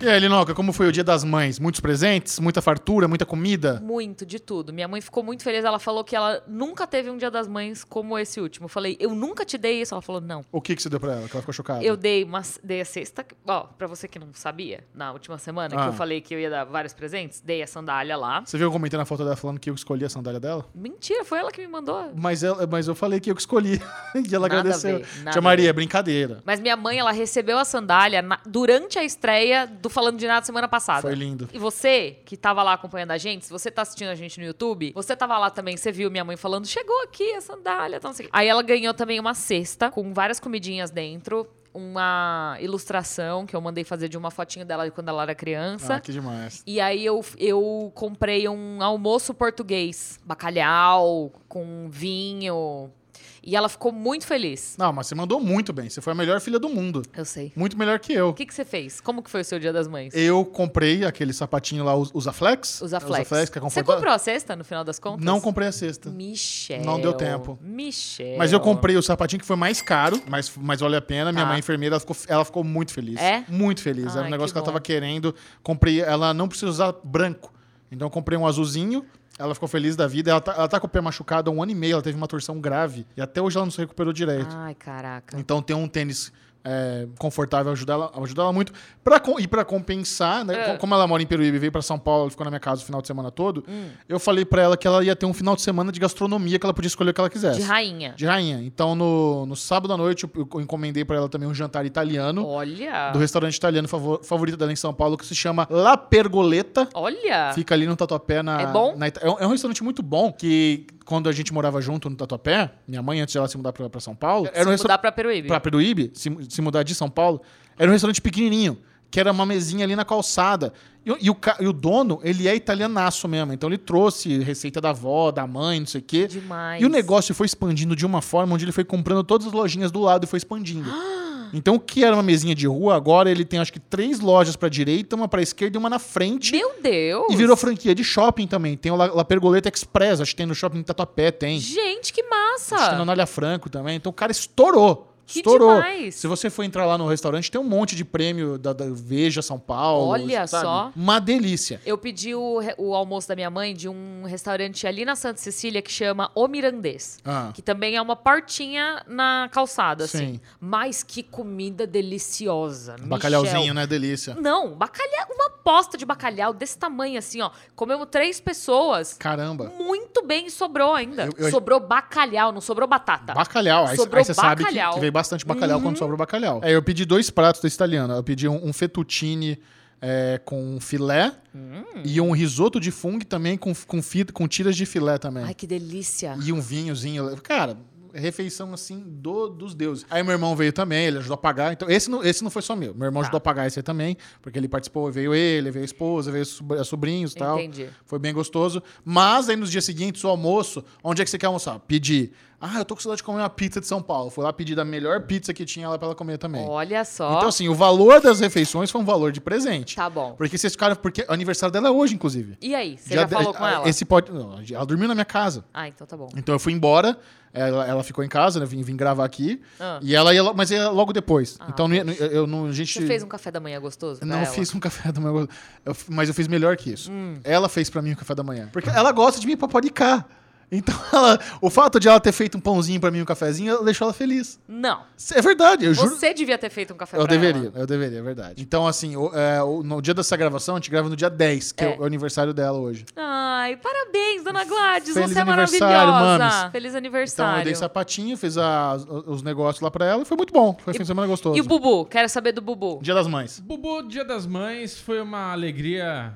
E aí, Linoca, como foi o dia das mães? Muitos presentes? Muita fartura? Muita comida? Muito, de tudo. Minha mãe ficou muito feliz. Ela falou que ela nunca teve um Dia das Mães como esse último. Eu falei, eu nunca te dei isso. Ela falou, não. O que, que você deu pra ela? Que ela ficou chocada. Eu dei uma dei a cesta, ó, pra você que não sabia, na última semana, Ah. que eu falei que eu ia dar vários presentes, dei a sandália lá. Você viu eu comentei na foto dela falando que eu escolhi a sandália dela? Mentira, foi ela que me mandou. Mas, ela, mas eu falei que eu que escolhi. e ela Nada a agradeceu. ver, nada Tia a Maria, brincadeira. Mas minha mãe, ela recebeu a sandália na- durante a estreia do Falando de Nada semana passada. Foi lindo. E você que tava lá acompanhando a gente, se você tá assistindo a gente no YouTube, você tava lá também, você viu minha mãe falando, chegou aqui a sandália, tal, não sei o quê. Aí ela ganhou também uma cesta com várias comidinhas dentro, uma ilustração que eu mandei fazer de uma fotinho dela de quando ela era criança. Ah, que demais. E aí eu, eu comprei um almoço português, bacalhau, com vinho. E ela ficou muito feliz. Não, mas você mandou muito bem. Você foi a melhor filha do mundo. Eu sei. Muito melhor que eu. O que, que você fez? Como que foi o seu dia das mães? Eu comprei aquele sapatinho lá, usa flex. Os Aflex. que é você confortável. comprou a cesta, no final das contas? Não comprei a cesta. Michel. Não deu tempo. Michel. Mas eu comprei o sapatinho que foi mais caro, mas, mas vale a pena. Minha Tá. mãe enfermeira, ela ficou, ela ficou muito feliz. É? Muito feliz. Era um Ai, negócio que, que ela tava bom. querendo. Comprei, ela não precisa usar branco. Então eu comprei um azulzinho. Ela ficou feliz da vida. Ela tá, ela tá com o pé machucado há um ano e meio. Ela teve uma torção grave. E até hoje ela não se recuperou direito. Ai, caraca. Então ter um tênis é, confortável ajuda ela, ajuda ela muito. Pra, com- e pra compensar, né, É. co- como ela mora em Peruíbe e veio pra São Paulo, ficou na minha casa o final de semana todo, Hum. eu falei pra ela que ela ia ter um final de semana de gastronomia que ela podia escolher o que ela quisesse. De rainha. De rainha. Então, no, no sábado à noite, eu, eu encomendei pra ela também um jantar italiano, Olha. do restaurante italiano favor- favorito dela em São Paulo, que se chama La Pergoleta. Olha. Fica ali no Tatuapé na. Ah. É bom? na Ita- é, um, é um restaurante muito bom que quando a gente morava junto no Tatuapé, minha mãe, antes dela se mudar pra, pra São Paulo, Se era um mudar restaurante. pra Peruíbe. Pra Peruíbe, se, se mudar de São Paulo, era um restaurante pequenininho, que era uma mesinha ali na calçada. E, o- e o, ca- e o dono, ele é italianaço mesmo. Então ele trouxe receita da avó, da mãe, não sei o quê. Demais. E o negócio foi expandindo de uma forma onde ele foi comprando todas as lojinhas do lado e foi expandindo. Então, o que era uma mesinha de rua, agora ele tem acho que três lojas pra direita, uma pra esquerda e uma na frente. Meu Deus. E virou franquia de shopping também. Tem o La, La Pergoleta Express, acho que tem no shopping de Tatuapé, tem. Gente, que Acho que tem massa. na Anália Franco também. Então o cara estourou. Que Estourou. demais. Se você for entrar lá no restaurante, tem um monte de prêmio da, da Veja São Paulo. Olha sabe? só. Uma delícia. Eu pedi o, re- o almoço da minha mãe de um restaurante ali na Santa Cecília que chama O Mirandês. Ah. Que também é uma portinha na calçada, Sim. assim. Mas que comida deliciosa. Bacalhauzinho, Michel. né? Delícia. Não, bacalhau, uma posta de bacalhau desse tamanho, assim, ó. Comemos três pessoas. Caramba. Muito bem, e sobrou ainda. Eu- eu- Sobrou bacalhau, não sobrou batata. Bacalhau. Aí, Sobrou aí você sabe que, bacalhau. Uhum. que veio bastante bacalhau quando sobra o bacalhau. É, eu pedi dois pratos desse italiano. Eu pedi um, um fettuccine é, com filé Hum. e um risoto de fungo também com, com, fita- com tiras de filé também. Ai, que delícia. E um vinhozinho. Cara, refeição assim do, dos deuses. Aí meu irmão veio também, ele ajudou a pagar. Então, esse não, esse não foi só meu. Meu irmão Tá. ajudou a pagar esse aí também, porque ele participou, veio ele, veio a esposa, veio sobr- sobrinhos e tal. Entendi. Foi bem gostoso. Mas aí nos dias seguintes, o almoço, onde é que você quer almoçar? Pedi. Ah, eu tô com saudade de comer uma pizza de São Paulo. Fui lá pedir da melhor pizza que tinha lá pra ela comer também. Olha só. Então, assim, o valor das refeições foi um valor de presente. tá bom. Porque vocês ficaram. Porque o aniversário dela é hoje, inclusive. E aí, você já, de- ah, falou com ela? Esse pode. não, ela dormiu na minha casa. Ah, então tá bom. Então eu fui embora, ela, ela ficou em casa, né? Vim, vim gravar aqui. Ah. E ela ia, lo- mas ia logo depois. Ah, então não ia- não- eu, eu não, a gente. Você fez um café da manhã gostoso? pra Não ela? fiz um café da manhã, eu f- mas eu fiz melhor que isso. Hum. Ela fez pra mim o café da manhã. Porque ela gosta de me paparicar. Então, ela- o fato de ela ter feito um pãozinho pra mim, um cafezinho, ela deixou ela feliz. Não. É verdade, eu juro. Você devia ter feito um café Eu pra ela. deveria, eu deveria, é verdade. Então, assim, o- é, o- no dia dessa gravação, a gente grava no dia 10, que é, o, É. é o aniversário dela hoje. Ai, parabéns, dona Gladys. Feliz você é aniversário, maravilhosa. mames. Feliz Então, aniversário. eu dei sapatinho, fiz a- os negócios lá pra ela e foi muito bom. Foi um fim de semana gostoso. e o Bubu? Quero saber do Bubu. Dia das Mães. Bubu, Dia das Mães foi uma alegria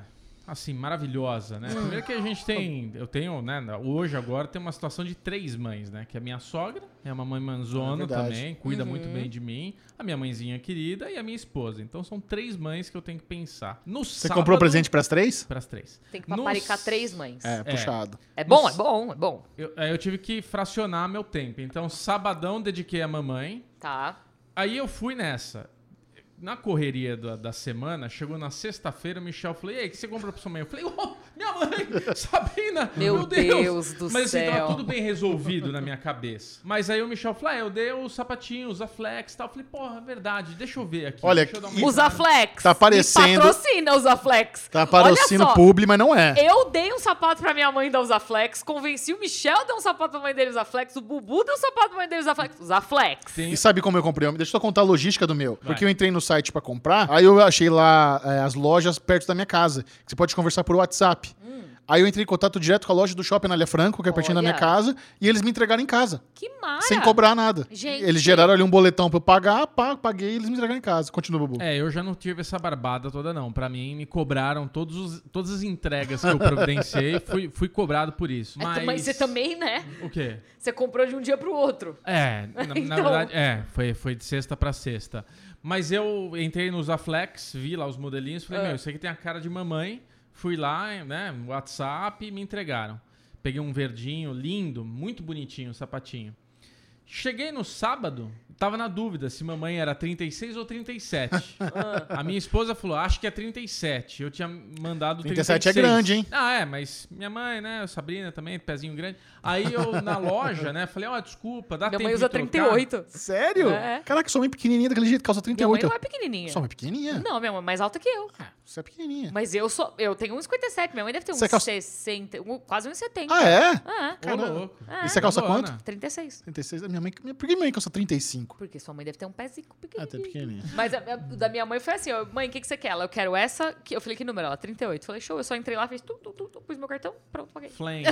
assim maravilhosa, Hum. né? Primeiro que a gente tem, eu tenho, né? Hoje agora tem uma situação de três mães, né? Que a minha sogra é uma mãe É manzona verdade. também, cuida muito bem de mim, a minha mãezinha querida e a minha esposa. Então são três mães que eu tenho que pensar. No Você comprou presente presente pras três? para as três? Tem que No paparicar três mães. É, puxado. É bom, é bom, é bom. Eu, é, eu tive que fracionar meu tempo. Então, sabadão dediquei à mamãe. Tá. Aí eu fui nessa. Na correria da, da semana, chegou na sexta-feira, o Michel falou: E aí, o que você comprou pra sua mãe? Eu falei: "Ô, Minha mãe, Sabrina, Meu meu, Deus. Deus do Mas assim, céu. tava tudo bem resolvido na minha cabeça. Mas aí o Michel falou: é, eu dei os sapatinhos, a flex e tal. Eu falei, porra, é verdade, deixa eu ver aqui. Olha, deixa eu e- Usa Flex. Tá aparecendo- Me patrocina Usa Flex. Tá parecendo Olha só, publi, mas não é. Eu dei um sapato pra minha mãe da Usaflex, convenci o Michel deu um sapato pra mãe dele usar Flex, o Bubu deu um sapato pra mãe dele usar Flex. Usaflex. Tem- E sabe como eu comprei? o meu? Deixa eu só contar a logística do meu. Porque eu entrei no site pra comprar, aí eu achei lá é, as lojas perto da minha casa. que Você pode conversar por WhatsApp. Aí eu entrei em contato direto com a loja do shopping na Alia Franco, que é pertinho da Hum. Olha. minha casa, e eles me entregaram em casa, Que mara. sem cobrar nada. Gente. Eles geraram ali um boletão pra eu pagar, pá, paguei e eles me entregaram em casa. Continua, Bubu. É, eu já não tive essa barbada toda, não. Pra mim, me cobraram todos os- todas as entregas que eu providenciei, fui, fui cobrado por isso. É, Mas, tu- Mas você também, né? O quê? Você comprou de um dia pro outro. É, na, na Então. verdade, é, foi, foi de sexta pra sexta. Mas eu entrei no Zaflex, vi lá os modelinhos, falei, Ah. meu, isso aqui tem a cara de mamãe. Fui lá, né, no WhatsApp e me entregaram. Peguei um verdinho lindo, muito bonitinho o sapatinho. Cheguei no sábado, tava na dúvida se mamãe era 36 ou 37. Ah. a minha esposa falou, acho que é 37. Eu tinha mandado 37 37 é grande, hein? ah, é, mas minha mãe, né? Sabrina também, pezinho grande. Aí eu, na loja, né, falei, ó, desculpa, dá minha tempo mãe usa de trocar? 38. Sério? É. Caraca, sua mãe pequenininha daquele jeito, calça Minha mãe 38. não é pequenininha. Sua mãe pequenininha? Não, minha mãe é mais alta que eu. Você é pequenininha. Mas eu sou. Eu tenho 1,57. Minha mãe deve ter uns Você é calça- 60, um- quase 1,70. Ah, é? Ah, Ô, Caramba. louco. Ah, E você calça Boa, quanto? né? 36. 36. Minha mãe, minha, por que minha mãe calça 35? Porque sua mãe deve ter um pezinho pequenininho. Ah, tá pequenininha. Mas a, a- da minha mãe foi assim, ó, mãe, o que, que você quer? Ela, eu quero essa. Que, eu falei, que número? Ela, 38. Falei, show, eu só entrei lá, fiz tu, tu, tu, tu, pus meu cartão, pronto, paguei. Flame.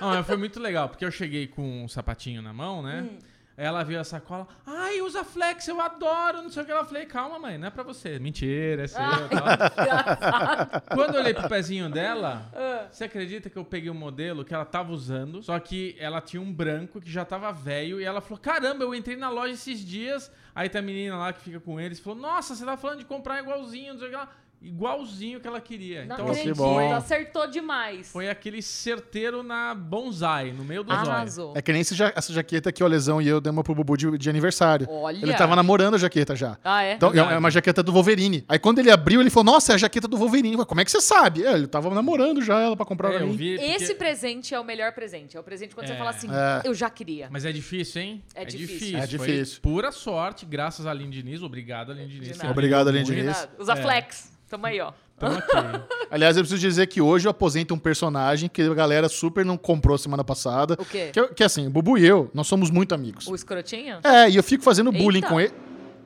Não, mas foi muito legal, porque eu cheguei com um sapatinho na mão, né? Hum. Ela viu a sacola, ai, usa flex, eu adoro, não sei o que. Ela falei, calma, mãe, não é pra você. Mentira, é seu. Ah. tal. Quando eu olhei pro pezinho dela, você acredita que eu peguei um modelo que ela tava usando, só que ela tinha um branco que já tava velho, e ela falou, caramba, eu entrei na loja esses dias, aí tá a menina lá que fica com eles, falou, nossa, você tá falando de comprar igualzinho, não sei o que lá. Igualzinho que ela queria. Não então, que acredito, bom. acertou demais. foi um aquele certeiro na bonsai, no meio dos olhos. Arrasou. É que nem esse ja- essa jaqueta que o Lesão e eu demos pro Bubu de, de aniversário. Olha. Ele tava namorando a jaqueta já. Ah, é? Então, é é uma jaqueta do Wolverine. Aí quando ele abriu, ele falou: Nossa, é a jaqueta do Wolverine. Ué, como é que você sabe? É, ele tava namorando já ela pra comprar pra É, eu mim. vi porque- Esse presente é o melhor presente. É o presente quando você É. fala assim, É. eu já queria. Mas é difícil, hein? É difícil. É Foi difícil. pura sorte, graças a Aline Diniz. Obrigado, Aline De Diniz. nada. Obrigado, Aline Muito. Diniz. Nada. Usa É. flex. Tamo aí, ó. Tamo aqui. Aliás, eu preciso dizer que hoje eu aposento um personagem que a galera super não comprou semana passada. O quê? Que, eu- que assim, o Bubu e eu, nós somos muito amigos. O escrotinho? É, e eu fico fazendo bullying Eita. com ele.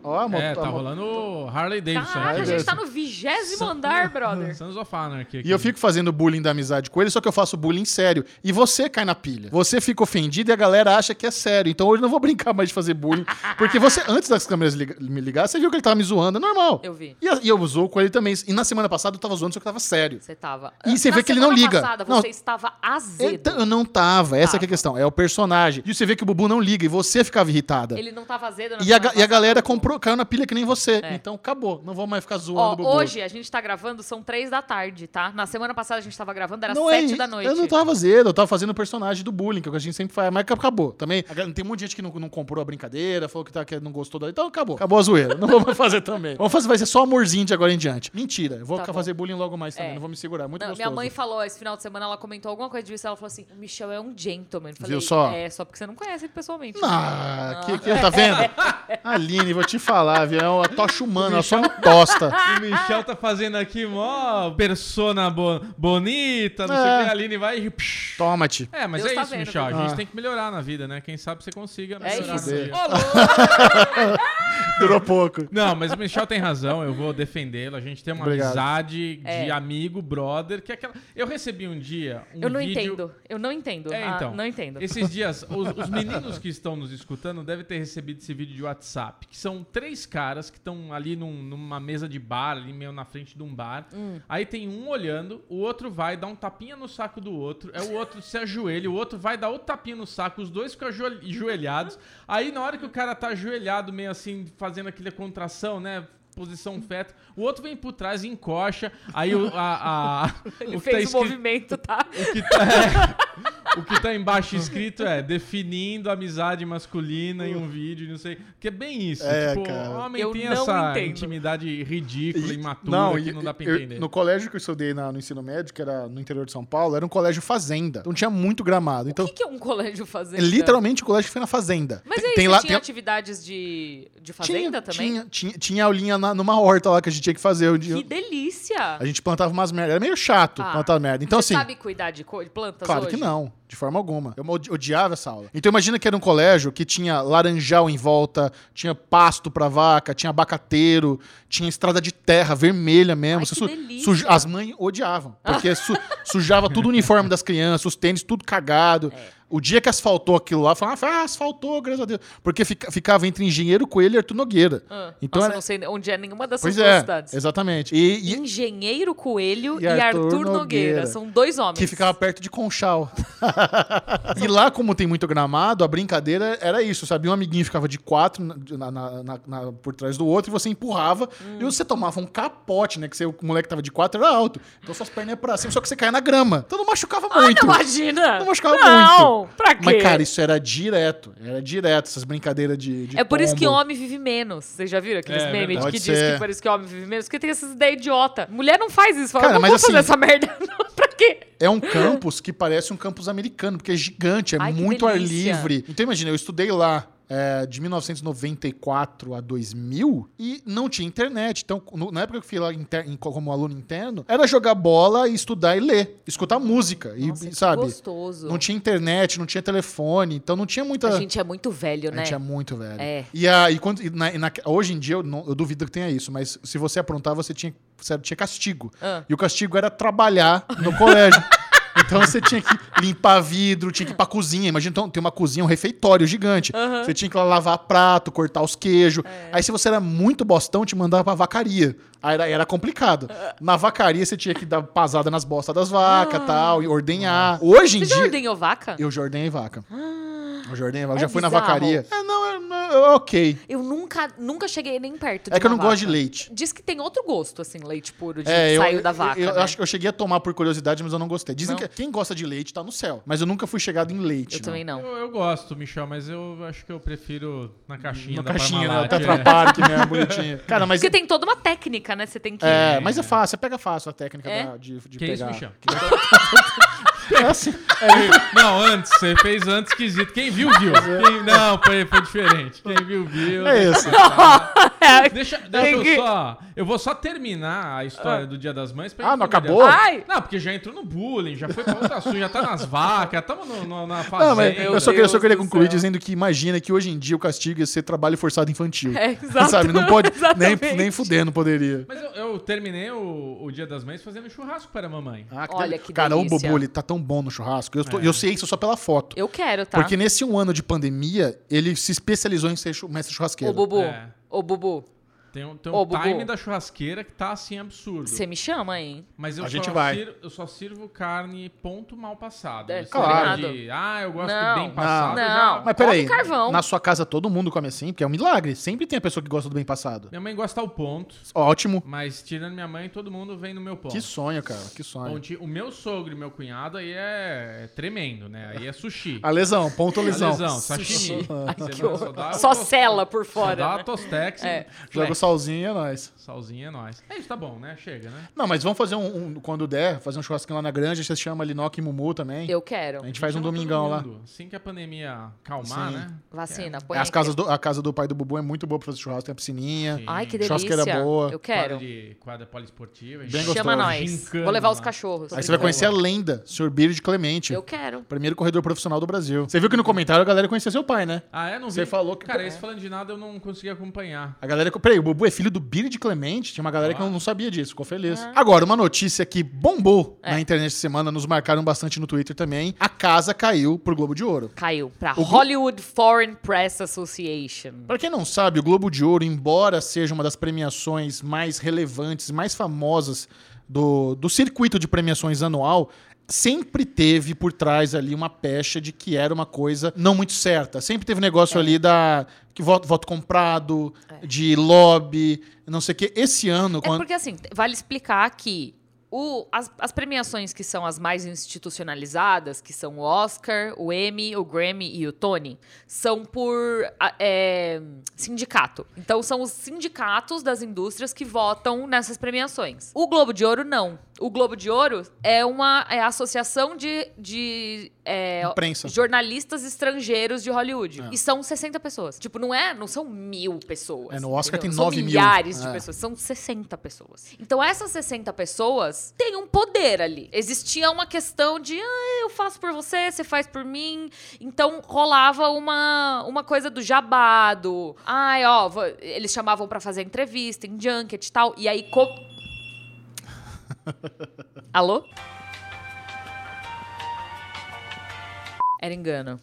Ó, a moto- é, tá a moto- rolando o Harley É Davidson. né? Caraca, a Ai, gente Deus. tá no vigésimo andar, brother. Sons of Anarchy aqui. E eu fico fazendo bullying da amizade com ele, só que eu faço bullying sério. E você cai na pilha. Você fica ofendido e a galera acha que é sério. Então hoje eu não vou brincar mais de fazer bullying. Porque você, antes das câmeras liga- me ligar, você viu que ele tava me zoando. É normal. Eu vi. E, a- e eu zoou com ele também. E na semana passada eu tava zoando, só que eu tava sério. Você tava. E você Na vê que ele não semana liga. Passada, Não. Você estava azedo. Então, eu não tava. Essa que é a Tava. questão. É o personagem. E você vê que o Bubu não liga e você ficava irritada. Ele não tava azedo. na E a, semana ga- e a passada. galera comprou, caiu na pilha que nem você. É. Então acabou. Não vou mais ficar zoando o Bubu. Ó, hoje a gente tá gravando, são três da tarde, tá? Na semana passada a gente tava gravando, era Não é sete isso. da noite. Eu não tava zedo, eu tava fazendo o personagem do bullying, que é o que a gente sempre faz, mas acabou. Também a galera- tem um monte de gente que não, não comprou a brincadeira, falou que, tá, que não gostou da. Então acabou. Acabou a zoeira. Não vamos fazer também. Vamos fazer, vai ser só amorzinho de agora em diante. Mentira, eu vou Tá ficar bom. fazer bullying logo mais também, É. não vou me segurar. é Muito Não, gostoso. minha mãe falou esse final de semana, ela comentou alguma coisa disso, ela falou assim: o Michel é um gentleman. Eu Falei, Viu só? É, só porque você não conhece ele pessoalmente. É Ah, que, que- tá vendo? Aline, vou te falar, viu? É uma tocha humana, ela só me tosta. O Michel tá fazendo aqui mó persona bo- bonita, não sei o É. que. A Aline vai e... psh. Toma-te. É, mas Deus é tá isso, vendo, Michel. A viu? gente Ah. tem que melhorar na vida, né? Quem sabe você consiga É melhorar. isso. na Deus. vida. Ô, louco! Durou pouco. Não, mas o Michel tem razão, eu vou defendê-lo. A gente tem uma Obrigado. amizade de É. amigo, brother, que é aquela. Eu recebi um dia um eu não vídeo- entendo. Eu não entendo. É, Ah, então. não entendo. Esses dias, os, os meninos que estão nos escutando devem ter recebido esse vídeo de WhatsApp, que são três caras que estão ali num- numa mesa de bar, ali meio na frente de um bar. Hum. Aí tem um olhando, o outro vai dar um tapinha no saco do outro, é o outro se ajoelha, o outro vai dar outro tapinha no saco, os dois ficam ajoel- ajoelhados. Aí na hora que o cara tá ajoelhado, meio assim, fazendo aquela contração, né? Posição feto, o outro vem por trás e encoxa. Aí o, a, a- Ele o que tá fez o escrito- movimento, tá? o que tá, O que tá embaixo escrito é definindo amizade masculina em um vídeo, não sei. Que é bem isso. É, tipo, cara. homem Eu tem não essa entendo. intimidade ridícula, E- imatura, que e- não dá pra eu- entender. no colégio que eu estudei na- no ensino médio, que era no interior de São Paulo, era um colégio fazenda. Então tinha muito gramado. Então, O que, que é um colégio fazenda? é literalmente o colégio que foi na fazenda. Mas Tem- aí, tem você lá- tinha tem- atividades de, de tinha- fazenda também? Tinha, tinha, tinha aulinha na- numa horta lá que a gente tinha que fazer. Eu- Que eu- delícia! a gente plantava umas merda. Era meio chato Ah, plantar merda. Então, Você assim. sabe cuidar de co- de plantas Claro que hoje? não, de forma alguma. Eu odi- odiava essa aula. Então imagina que era um colégio que tinha laranjal em volta, tinha pasto pra vaca, tinha abacateiro, tinha estrada de terra vermelha mesmo. Ai, Você que su- delícia. suja- As mães odiavam, porque su- sujava tudo o uniforme das crianças, os tênis tudo cagado. É. O dia que asfaltou aquilo lá, falava, ah, asfaltou, graças a Deus. Porque fica- ficava entre Engenheiro Coelho e Arthur Nogueira. Ah, Então nossa, era- eu não sei onde é nenhuma dessas Pois duas é, cidades. exatamente. E, e- Engenheiro Coelho e, Arthur, Nogueira. São dois homens. Que ficava perto de Conchal. e lá, como tem muito gramado, a brincadeira era isso, sabe? Um amiguinho ficava de quatro na- na- na- na- por trás do outro e você empurrava. E você tomava um capote, né? Que você- o moleque tava de quatro era alto. Então suas pernas iam pra cima, só que você caía na grama. Então não machucava Ah, muito. não, imagina! Não machucava não, muito. pra quê? Mas, cara, isso era direto. Era direto, essas brincadeiras de, de é por isso que pombo. homem vive menos. Vocês já viram aqueles É, memes verdade. que Pode diz ser. que por isso que homem vive menos? Porque tem essas ideias idiota. Mulher não faz isso. Fala, Cara, não mas vou fazer assim- essa merda. Não, pra quê? É um campus que parece um campus americano, porque é gigante, é Ai, que muito ar delícia. livre. Então imagina, eu estudei lá é, de 1994 a 2000 e não tinha internet. Então, no- na época que eu fui lá inter- em- como aluno interno, era jogar bola e estudar e ler, escutar música, e, Nossa, e, que sabe? gostoso. Não tinha internet, não tinha telefone, então não tinha muita... A gente é muito velho, A né? gente é muito velho. É. E, a, e, quando, e na- e na- hoje em dia, eu, não- eu duvido que tenha isso, mas se você aprontar, você tinha, você tinha castigo. Ah. E o castigo era trabalhar no colégio. Então você tinha que limpar vidro, tinha que ir pra cozinha. Imagina, então, tem uma cozinha, um refeitório gigante. Aham. É. Você tinha que ir lá lavar prato, cortar os queijos. Aí se você era muito bostão, te mandava pra vacaria. Aí era, era complicado. Ah. Na vacaria você tinha que dar pasada nas bostas das vacas e tal, e ordenhar. Hoje em Você já dia... ordenhou vaca? é Eu já ordenhei vaca. Eu já ordenhei vaca. É já fui na bizarro. vacaria. É, não, é, não, é ok. Eu nunca, nunca cheguei nem perto de É que eu uma não gosto de vaca. leite. Diz que tem outro gosto, assim, leite puro, de É, que eu, saiu da vaca. eu, eu né? acho que eu cheguei a tomar por curiosidade, mas eu não gostei. Dizem Não? que quem gosta de leite tá no céu. Mas eu nunca fui chegado em é leite. Eu também não. Eu, eu gosto, Michel, mas eu acho que eu prefiro na caixinha Na da caixinha, né? O Parmalat, Tetra é. Pak, né? Bonitinho. Cara, mas... Porque tem toda uma técnica, né? Você tem que. É, mas é fácil. Você pega fácil a técnica É? da- de, de Que pegar. isso, Michel? É assim. Não, antes, você fez antes esquisito. Quem viu, viu. Quem- não, foi, foi diferente. Quem viu, viu. É isso. Deixa, deixa Tem eu que- só. Eu vou só terminar a história do Dia das Mães. pra Ah, gente não poder- acabou? Ai! Não, porque já entrou no bullying, já foi pra outra assunto, já tá nas vacas, estamos na fazenda. Não, mas eu só, queria, eu só Deus queria do concluir céu. dizendo que imagina que hoje em dia o castigo ia ser trabalho forçado infantil. É, exato. Sabe? Não pode... nem, Exatamente. nem fuder, não poderia. Mas eu, eu terminei o, o Dia das Mães fazendo churrasco para a mamãe. Ah, Olha deve- que Cara, o delícia. Bobo, ele tá tão bom no churrasco. Eu, tô- eu sei isso só pela foto. Eu quero, tá? Porque nesse um ano de pandemia, ele se especializou em ser chu- mestre Ô, churrasqueiro. Bubu. É. Ô, Bubu. Tem um, tem um Ô, Bubu. time da churrasqueira que tá assim absurdo. Você me chama, hein? Mas eu, A só gente vai. Sirvo, eu só sirvo carne ponto mal passado. É, Esse claro. negócio de, ah, eu gosto Não. bem passado. Não. já- Não. Mas peraí, Come carvão. na sua casa todo mundo come assim, porque é um milagre. Sempre tem a pessoa que gosta do bem passado. Minha mãe gosta ao ponto, Ótimo. mas tirando minha mãe, todo mundo vem no meu ponto. Que sonho, cara. Que sonho. Onde o meu sogro e meu cunhado aí é tremendo, né? Aí é sushi. A lesão, ponto ou A lesão. lesão, sashimi. Ai, Você que não- horror. dá- Só sela por Só dá fora. né? tostex É. e Joga o flex. salzinho e é nóis. Salzinho é nóis. É isso, tá bom, né? Chega, né? Não, mas vamos fazer um, um- Quando der, fazer um churrasquinho lá na granja. Você chama Linoca e Mumu também. Eu quero. A gente faz um Chama todo domingão lá. mundo. Assim que a pandemia calmar, Sim. né? Vacina, põe. É. As aqui. casas do- a casa do pai do Bubu é muito boa pra fazer churrasco. Tem a piscininha. Sim. Ai, que delícia. Churrasqueira boa. Eu Quadra quero. de quadra poliesportiva. Bem gostoso. Chama nós. Gincana Vou levar os lá. cachorros. Aí você vai conhecer a Obrigado. lenda, Sr. Bírio de Clemente. Eu quero. Primeiro corredor profissional do Brasil. Você viu que no comentário a galera conhecia seu pai, né? Ah, é? Não vi. Você falou que- tá Cara, esse falando de nada eu não consegui acompanhar. A galera. Peraí, o Bubu é filho do Billy de Clemente? Tinha uma galera que não- não sabia disso, ficou feliz. Agora, uma notícia que bombou na internet essa semana, nos marcaram bastante no Twitter também. A casa caiu pro Globo de Ouro. Caiu pra Hollywood Foreign Press Association. Pra quem não sabe, o Globo de Ouro, embora seja uma das premiações mais relevantes, mais famosas do, do circuito de premiações anual, sempre teve por trás ali uma pecha de que era uma coisa não muito certa. Sempre teve É. negócio ali da que voto, voto comprado, de lobby, não sei o quê. Esse ano, É quando. porque assim, t- vale explicar que O, as, as premiações que são as mais institucionalizadas, que são o Oscar, o Emmy, o Grammy e o Tony, são por a- é, sindicato. Então são os sindicatos das indústrias que votam nessas premiações. O Globo de Ouro, não. O Globo de Ouro é uma é a associação de, de é, Imprensa. jornalistas estrangeiros de Hollywood. É. E são 60 pessoas. Tipo, não é, não são mil pessoas. É, no Oscar tem São 9 mil. milhares de É. pessoas, são 60 pessoas. Então essas 60 pessoas têm um poder ali. Existia uma questão de, ah, eu faço por você, você faz por mim. Então rolava uma, uma coisa do jabado. Ai, ó, vo- eles chamavam pra fazer entrevista em junket e tal. E aí... co- Alô? Era engano.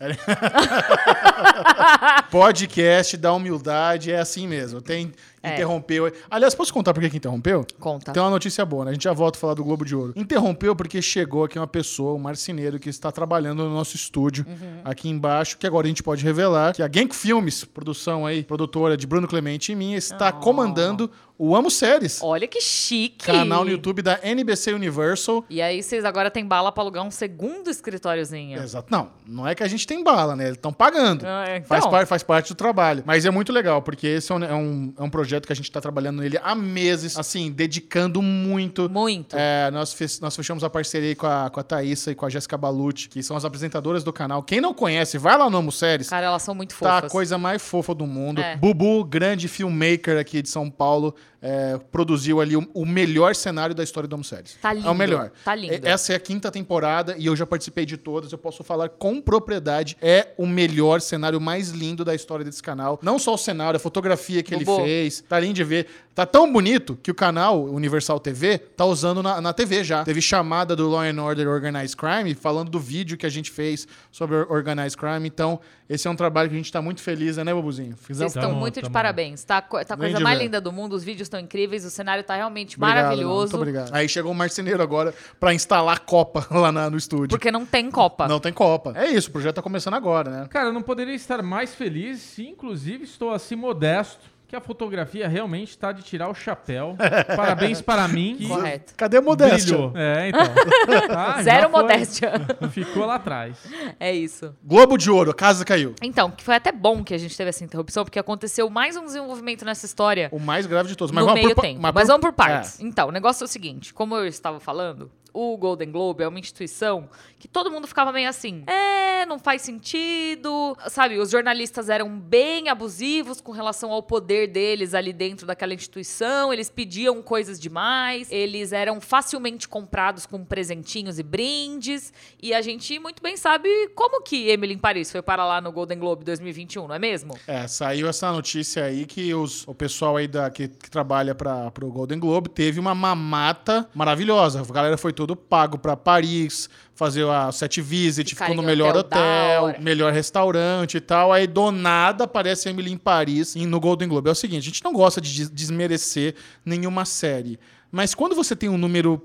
Podcast da humildade é assim mesmo. Tem É. interrompeu. Aliás, posso contar por que que interrompeu? Conta. Tem uma notícia boa, né? A gente já volta a falar do Globo de Ouro. Interrompeu porque chegou aqui uma pessoa, um marceneiro, que está trabalhando no nosso estúdio Uhum. aqui embaixo, que agora a gente pode revelar que a Genk Filmes, produção aí, produtora de Bruno Clemente e minha, está Oh. comandando o Amo Séries, Olha que chique. canal no YouTube da NBC Universal. E aí vocês agora têm bala pra alugar um segundo escritóriozinho. Exato. Não, não é que a gente tem bala, né? Eles estão pagando. Ah, é, então. Faz, par- faz parte do trabalho. Mas é muito legal, porque esse é um, é um, é um projeto que a gente tá trabalhando nele há meses, assim, dedicando muito. Muito. É, nós, fez- nós fechamos a parceria aí com a, com a Thaísa e com a Jéssica Balucci, que são as apresentadoras do canal. Quem não conhece, vai lá no Amo Séries. Cara, elas são muito Tá fofas. a coisa mais fofa do mundo. É. Bubu, grande filmmaker aqui de São Paulo, é, produziu ali o, o melhor cenário da história do Amo Séries. Tá lindo. É o melhor. Tá lindo. É- Essa é a quinta temporada e eu já participei de todas. Eu posso falar com propriedade. É o melhor cenário mais lindo da história desse canal. Não só o cenário, a fotografia que Bobo. ele fez. Tá lindo de ver. Tá tão bonito que o canal Universal TV tá usando na, na TV já. Teve chamada do Law and Order Organized Crime falando do vídeo que a gente fez sobre Organized Crime. Então, esse é um trabalho que a gente tá muito feliz, né, Bobuzinho? Vocês Fizemos. estão Tamo- muito de tamo- parabéns. Tá, a co- tá a coisa Lindy, mais velho. linda do mundo. Os vídeos estão incríveis. O cenário tá realmente Obrigado, mano. maravilhoso. Muito obrigado. Aí chegou o marceneiro agora pra instalar a copa lá na- no estúdio. Porque não tem Copa. Não tem copa. É isso, o projeto tá começando agora, né? Cara, eu não poderia estar mais feliz, e, inclusive estou assim modesto, que a fotografia realmente está de tirar o chapéu. Parabéns para mim. Que Correto. Cadê a modéstia? Brilhou. É, então. Tá, já Zero foi. modéstia. Ficou lá atrás. é isso. Globo de Ouro, a casa caiu. Então, que foi até bom que a gente teve essa interrupção, porque aconteceu mais um desenvolvimento nessa história. O mais grave de todos. Mas no vamos meio por, pa- tempo. Mas, vamos por partes. É. Então, o negócio é o seguinte: como eu estava falando, o Golden Globe é uma instituição que todo mundo ficava meio assim. É, não faz sentido. Sabe, os jornalistas eram bem abusivos com relação ao poder deles ali dentro daquela instituição. Eles pediam coisas demais. Eles eram facilmente comprados com presentinhos e brindes. E a gente muito bem sabe como que Emily em Paris foi para lá no Golden Globe 2021, não é mesmo? É, saiu essa notícia aí que os, o pessoal aí da, que, que trabalha para pro Golden Globe teve uma mamata maravilhosa. A galera foi todo pago pra Paris, fazer a set visit, Ficarem ficou no em melhor hotel da hotel, hora. melhor restaurante e tal. Aí do nada aparece a Emily em Paris e no Golden Globe. É o seguinte, a gente não gosta de des- desmerecer nenhuma série. Mas quando você tem um número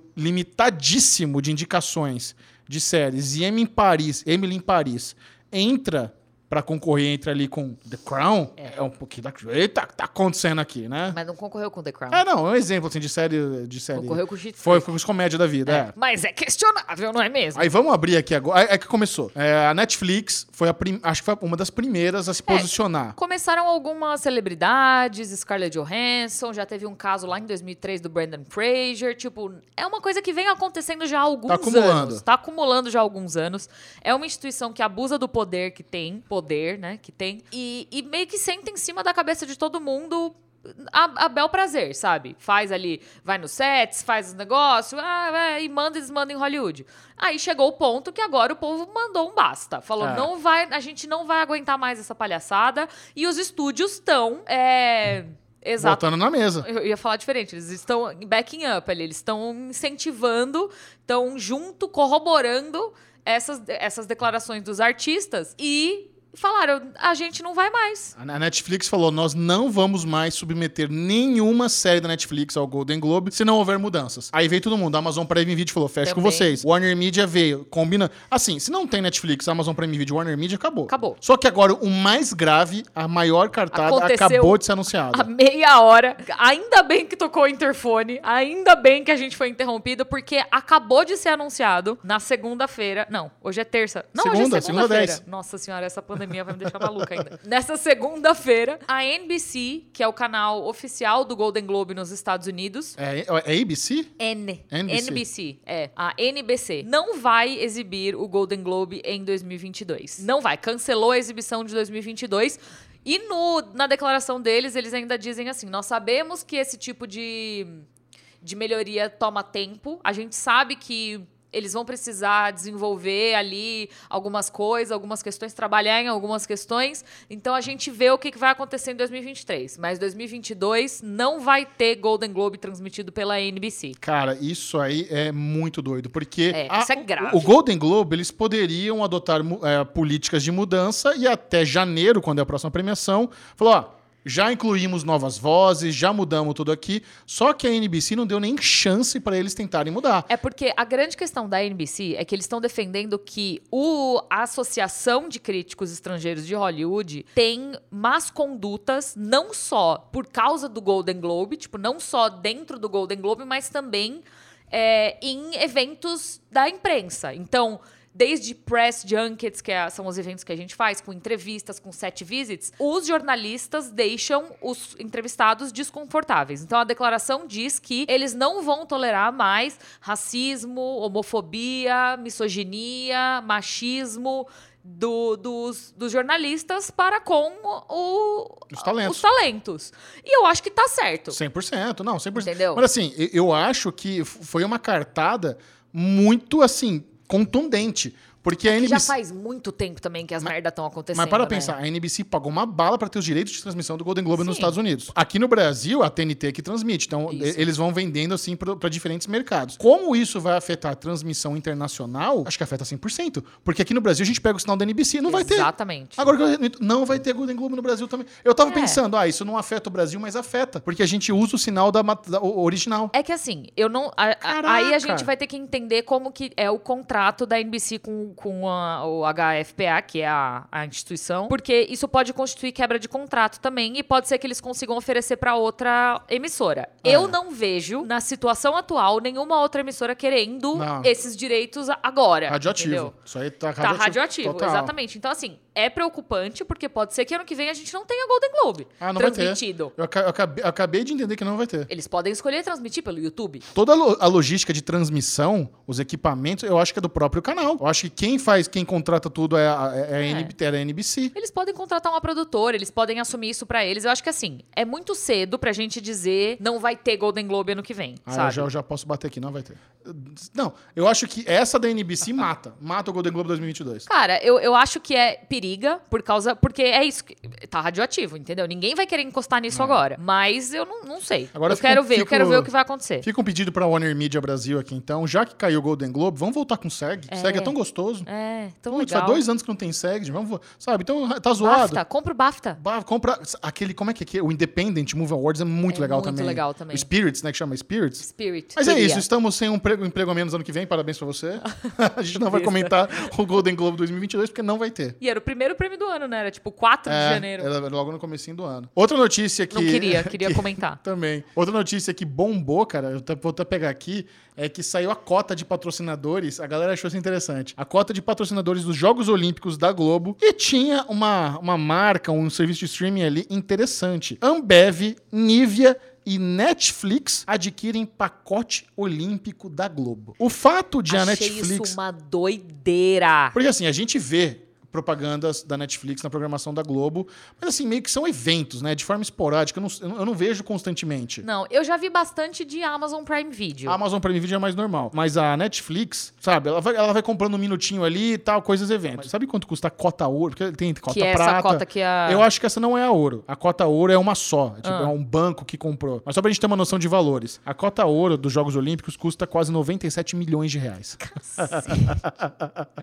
limitadíssimo de indicações de séries e Emily em Paris, Emily em Paris entra pra concorrer entre ali com The Crown, é, um pouquinho da Eita, tá acontecendo aqui, né? Mas não concorreu com The Crown. É, não, é um exemplo assim de série de série. Concorreu com Schitt's Foi, foi com os comédia da vida, é. Mas é questionável, não é mesmo? Aí vamos abrir aqui agora. É é que começou. É, a Netflix foi a prim- acho que foi uma das primeiras É, a se posicionar. Começaram algumas celebridades, Scarlett Johansson, já teve um caso lá em 2003 do Brandon Fraser, tipo, é uma coisa que vem acontecendo já há alguns Tá acumulando. anos. Tá acumulando já há alguns anos. É uma instituição que abusa do poder que tem, poder, né, que tem, e, e meio que senta em cima da cabeça de todo mundo a, a bel prazer, sabe? Faz ali, vai nos sets, faz os negócios, ah, vai, e manda e desmanda em Hollywood. Aí chegou o ponto que agora o povo mandou um basta. Falou, É. não vai, a gente não vai aguentar mais essa palhaçada. E os estúdios estão. É, exato. Botando na mesa. Eu ia falar diferente, eles estão backing up ali, eles estão incentivando, estão junto, corroborando essas, essas declarações dos artistas e falaram, a gente não vai mais. A Netflix falou: nós não vamos mais submeter nenhuma série da Netflix ao Golden Globe se não houver mudanças. Aí veio todo mundo, a Amazon Prime Video falou: fecha com Também. vocês. Warner Media veio, combina. Assim, se não tem Netflix, Amazon Prime Video, Warner Media, acabou. Acabou. Só que agora o mais grave, a maior cartada, Aconteceu. acabou de ser anunciada. A meia hora. Ainda bem que tocou o interfone. Ainda bem que a gente foi interrompido, porque acabou de ser anunciado na segunda-feira. Não, hoje é terça. Não, hoje Segunda, é segunda segunda-feira. 10. Nossa senhora, essa pandemia vai me deixar maluca ainda. Nessa segunda-feira, a NBC, que é o canal oficial do Golden Globe nos Estados Unidos, É, é ABC? N. NBC. É. A NBC. Não vai exibir o Golden Globe em 2022. Não vai. Cancelou a exibição de 2022. E no, na declaração deles, eles ainda dizem assim: nós sabemos que esse tipo de, de melhoria toma tempo. A gente sabe que. Eles vão precisar desenvolver ali algumas coisas, algumas questões, trabalhar em algumas questões. Então a gente vê o que que vai acontecer em 2023. Mas 2022 não vai ter Golden Globe transmitido pela NBC. Cara, isso aí é muito doido, porque É, isso é grave. Ah, o Golden Globe, eles poderiam adotar mu- eh, políticas de mudança e até janeiro, quando é a próxima premiação, falou, ó, já incluímos novas vozes, já mudamos tudo aqui, só que a NBC não deu nem chance pra eles tentarem mudar. É porque a grande questão da NBC é que eles estão defendendo que o, a Associação de Críticos Estrangeiros de Hollywood tem más condutas, não só por causa do Golden Globe, tipo, não só dentro do Golden Globe, mas também é, em eventos da imprensa. Então. Desde press junkets, que é- são os eventos que a gente faz, com entrevistas, com set visits, os jornalistas deixam os entrevistados desconfortáveis. Então a declaração diz que eles não vão tolerar mais racismo, homofobia, misoginia, machismo do- dos, dos jornalistas para com o- Os talentos. os talentos. E eu acho que tá certo. 100%, não, 100%. Entendeu? Mas assim, e- eu acho que f- foi uma cartada muito, assim, contundente, porque a Que NBC... já faz muito tempo também que as merdas estão acontecendo. Mas para né? pensar, a NBC pagou uma bala para ter os direitos de transmissão do Golden Globe nos Sim. Estados Unidos. Aqui no Brasil, a TNT que transmite. Então, Isso. e- eles vão vendendo assim para diferentes mercados. Como isso vai afetar a transmissão internacional? Acho que afeta 100%. Porque aqui no Brasil, a gente pega o sinal da NBC. Não vai ter. Exatamente. Agora que eu admito, não vai ter Golden Globe no Brasil também. Eu tava É. pensando, ah, isso não afeta o Brasil, mas afeta. Porque a gente usa o sinal da, mat- da- o- original. É que assim, eu não. a- a- Caraca! aí a gente vai ter que entender como que é o contrato da NBC com, com a- o HFPA, que é a, a instituição, porque isso pode constituir quebra de contrato também e pode ser que eles consigam oferecer pra outra emissora. É. Eu não vejo, na situação atual, nenhuma outra emissora querendo Não. esses direitos agora. radioativo. É, entendeu? Isso aí tá Tá radioativo. radioativo, total. exatamente. Então, assim, é preocupante, porque pode ser que ano que vem a gente não tenha Golden Globe Ah, não vai ter. transmitido. Eu aca- eu acabei- eu acabei de entender que não vai ter. Eles podem escolher transmitir pelo YouTube. Toda a lo- a logística de transmissão, os equipamentos, eu acho que é do próprio canal. Eu acho que quem faz, quem contrata tudo é a, é a É. NB era a NBC. Eles podem contratar uma produtora, eles podem assumir isso pra eles. Eu acho que assim, é muito cedo pra gente dizer não vai ter Golden Globe ano que vem, Ah, eu sabe? já, eu já posso bater aqui, não vai ter. Não, eu acho que essa da NBC mata. Mata o Golden Globe 2022. Cara, eu, eu acho que é periga por causa. Porque é isso. que- Tá radioativo, entendeu? Ninguém vai querer encostar nisso agora. Mas eu não, não sei. É. Agora eu fica- quero ver, eu fica quero o- ver o que vai acontecer. Fica um pedido pra Warner Media Brasil aqui, então. Já que caiu o Golden Globe, vamos voltar com SEG. SEG é tão gostoso. É, tão Putz, legal. faz dois anos que não tem SEG. Vamos, vo- sabe? Então tá zoado. BAFTA, compra o BAFTA. Bah, compra aquele, como é que é que é? O Independent Movie Awards é muito É legal muito também. legal também. O Spirits, né? Que chama Spirits. Spirit. Mas é diria. isso, estamos sem um emprego, emprego a menos ano que vem, parabéns pra você. a gente não vai Besta. comentar o Golden Globe 2022 porque não vai ter. E era o primeiro prêmio do ano, né? Era tipo 4 É, de janeiro. Era logo no comecinho do ano. Outra notícia que... Não queria, queria que- comentar. Também. Outra notícia que bombou, cara, eu até- vou até pegar aqui, é que saiu a cota de patrocinadores, a galera achou isso interessante. A cota de patrocinadores dos Jogos Olímpicos da Globo e tinha uma, uma marca, um serviço de streaming ali interessante. Ambev, Nivea e Netflix adquirem pacote olímpico da Globo. O fato de a Achei é Netflix... isso uma doideira. Porque assim, a gente vê propagandas da Netflix na programação da Globo, mas assim, meio que são eventos, né? De forma esporádica, eu não, eu não vejo constantemente. Não, eu já vi bastante de Amazon Prime Video. A Amazon Prime Video é mais normal. Mas a Netflix, sabe, ela vai, ela vai comprando um minutinho ali e tal, coisas eventos. Sabe quanto custa a cota ouro? Porque tem cota que é prata. essa cota que a. Eu acho que essa não é a ouro. A cota ouro é uma só. É, tipo, Ah. é um banco que comprou. Mas só pra gente ter uma noção de valores. A cota ouro dos Jogos Olímpicos custa quase 97 milhões de reais. Cacete.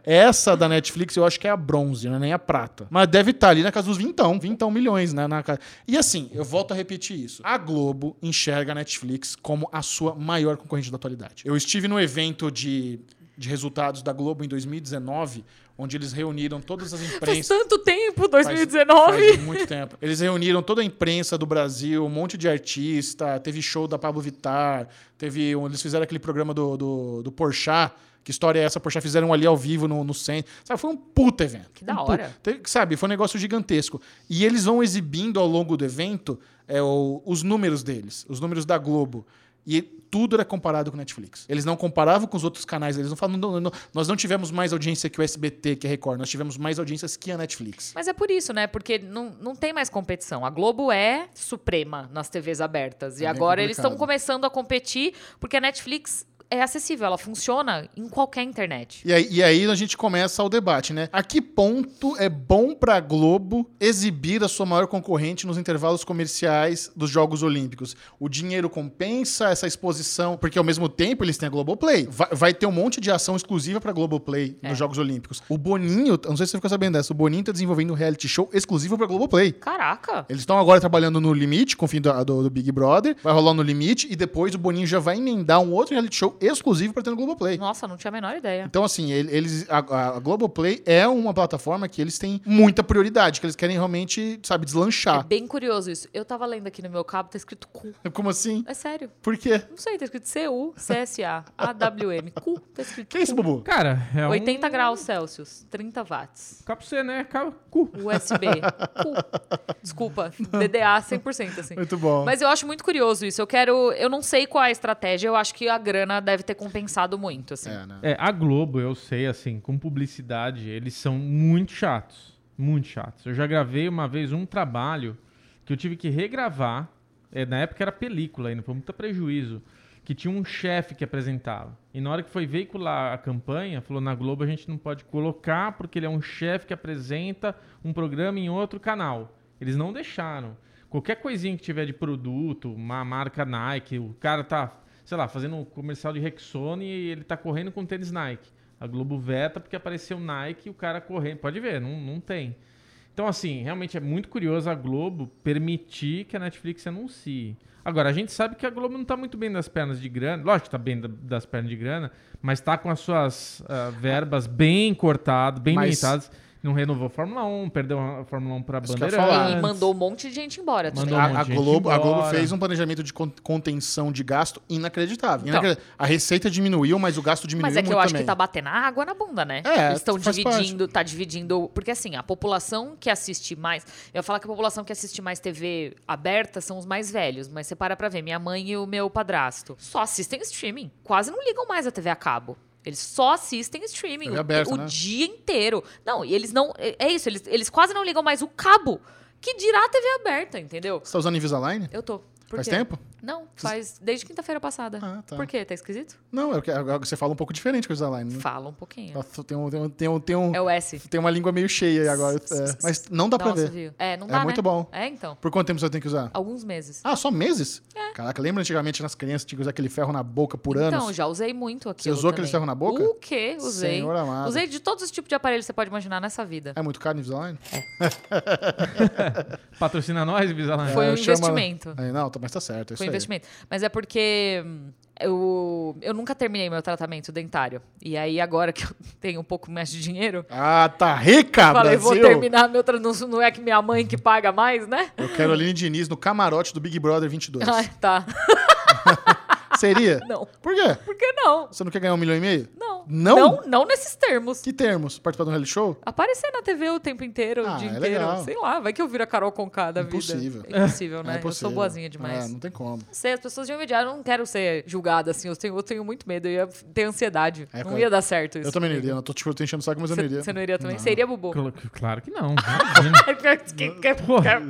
Essa da Netflix eu acho que é a bronze, não é nem a prata. Mas deve estar ali na casa dos vintão, vintão milhões, né? Na casa. E assim, eu volto a repetir isso. A Globo enxerga a Netflix como a sua maior concorrente da atualidade. Eu estive no evento de, de resultados da Globo em 2019, onde eles reuniram todas as Faz imprensas. tanto tempo, Faz- 2019. Faz, muito tempo. Eles reuniram toda a imprensa do Brasil, um monte de artista, teve show da Pablo Vittar, teve um- eles fizeram aquele programa do, do, do Porchat, que história é essa? Porchat fizeram ali ao vivo no, no centro. Sabe, foi um puta evento. Que da Um pu- hora. Teve- sabe, foi um negócio gigantesco. E eles vão exibindo ao longo do evento é, o- os números deles, os números da Globo. E tudo era comparado com Netflix. Eles não comparavam com os outros canais. Eles não falam, "Não, não, não, nós não tivemos mais audiência que o SBT, que a Record. Nós tivemos mais audiências que a Netflix. Mas é por isso, né? Porque não, não tem mais competição. A Globo é suprema nas TVs abertas. E É bem agora eles complicado. estão começando a competir, porque a Netflix é acessível, ela funciona em qualquer internet. E aí, e aí a gente começa o debate, né? A que ponto é bom pra Globo exibir a sua maior concorrente nos intervalos comerciais dos Jogos Olímpicos? O dinheiro compensa essa exposição? Porque ao mesmo tempo eles têm a Globoplay. Vai, vai ter um monte de ação exclusiva pra Globoplay nos Jogos Olímpicos. O Boninho, eu não sei se você ficou sabendo dessa, o Boninho tá desenvolvendo um reality show exclusivo pra Globoplay. Caraca! Eles estão agora trabalhando no Limite, com o fim do, do- do Big Brother. Vai rolar no Limite e depois o Boninho já vai emendar um outro reality show exclusivo pra ter no Globoplay. Nossa, não tinha a menor ideia. Então, assim, ele- eles, a, a- a Globoplay é uma plataforma que eles têm muita prioridade, que eles querem realmente, sabe, É deslanchar. bem curioso isso. Eu tava lendo aqui no meu cabo, tá escrito cu. Como assim? É sério. Por quê? Não sei, tá escrito cu CSA, AWM. Cu, tá escrito. Que é isso, cu. Bubu? Cara, é um... 80 graus Celsius, 30 watts. Cá pra você, né? Cá, cu. USB. cu. Desculpa, DDA 100%, assim. Muito bom. Mas eu acho muito curioso isso. Eu quero. Eu não sei qual é a estratégia, eu acho que a grana deve ter compensado muito, assim. É, né? É, a Globo, eu sei, assim, com publicidade, eles são muito chatos. Muito chatos. Eu já gravei uma vez um trabalho que eu tive que regravar. é, na época era película ainda, foi muito prejuízo. Que tinha um chefe que apresentava. E na hora que foi veicular a campanha, falou: na Globo a gente não pode colocar porque ele é um chefe que apresenta um programa em outro canal. Eles não deixaram. Qualquer coisinha que tiver de produto, uma marca Nike, o cara tá, sei lá, fazendo um comercial de Rexona e ele tá correndo com tênis Nike. A Globo veta porque apareceu Nike e o cara correndo. Pode ver, não, não tem. Então, assim, realmente é muito curioso a Globo permitir que a Netflix anuncie. Agora, a gente sabe que a Globo não tá muito bem das pernas de grana. Lógico que tá bem da- das pernas de grana, mas tá com as suas ah, verbas bem cortadas, bem Mas- limitadas. Não renovou a Fórmula 1, perdeu a Fórmula 1 pra Isso que eu ia Bandeirantes. falar. E mandou um monte de gente embora também. Mandou um monte A, a de gente Globo, a Globo embora. fez um planejamento de con- contenção de gasto inacreditável. Então. Inacre- A receita diminuiu, mas o gasto diminuiu Mas é que muito eu acho também. que tá batendo a água na bunda, né? É, Eles estão faz parte. dividindo, tá dividindo. Porque assim, a população que assiste mais. Eu ia falar que a população que assiste mais TV aberta são os mais velhos, mas você para pra ver, minha mãe e o meu padrasto só assistem streaming. Quase não ligam mais a TV a cabo. Eles só assistem streaming TV o, aberta, o né? dia inteiro. Não, e eles não. É é isso, eles, eles quase não ligam mais o cabo que dirá a TV aberta, entendeu? Você tá usando Invisalign? Eu tô. Por Faz quê? tempo? Não, faz desde quinta-feira passada. Ah, tá. Por quê? Tá esquisito? Não, é que- é que você fala um pouco diferente com o Invisalign. Né? Fala um pouquinho. Nossa, Tem, um, tem, um, tem, um, tem, um- É o S. tem uma língua meio cheia aí agora. É. Mas não dá pra Nossa, ver. viu? É, não É dá, né? muito bom. É, então. Por quanto tempo você tem que usar? Alguns meses. Ah, só meses? Caraca, lembra antigamente nas crianças tinha que usar aquele ferro na boca por anos? É. Então, já usei muito aqui. usou aquele ferro na boca? O quê? Usei. Senhor amado. Usei de todos os tipos de aparelhos que você pode imaginar nessa vida. É muito caro Invisalign? Patrocina nós, Invisalign. Foi É, um chama- investimento. Aí, não, tá- mas tá certo. é Foi isso aí. um investimento. Mas é porque hum, eu, eu nunca terminei meu tratamento dentário. E aí, agora que eu tenho um pouco mais de dinheiro, Ah, tá rica, falei, Brasil! vou terminar meu tratamento. Não é que minha mãe que paga mais, né? Eu quero a Aline Diniz no camarote do Big Brother 22. Ah, tá. Seria? Não. Por quê? Por que não? Você não quer ganhar um milhão e meio? Não. Não? Não, não nesses termos. Que termos? Participar de um reality show? Aparecer na TV o tempo inteiro, Ah, o dia é inteiro. legal. Sei lá, vai que eu viro a Carol Conká da Impossível. vida. É Impossível, né? É eu sou possível. boazinha demais. Ah, não tem como. Não sei, as pessoas iam me odiar, eu não quero ser julgada, assim. Eu tenho, eu tenho muito medo, eu ia ter ansiedade. É, não claro. ia dar certo isso. Eu também não iria. Eu tô, tipo, eu tô enchendo o saco, mas eu não iria. Você não iria também? Seria bobo. Cl- Claro que não. Imagina. Porra.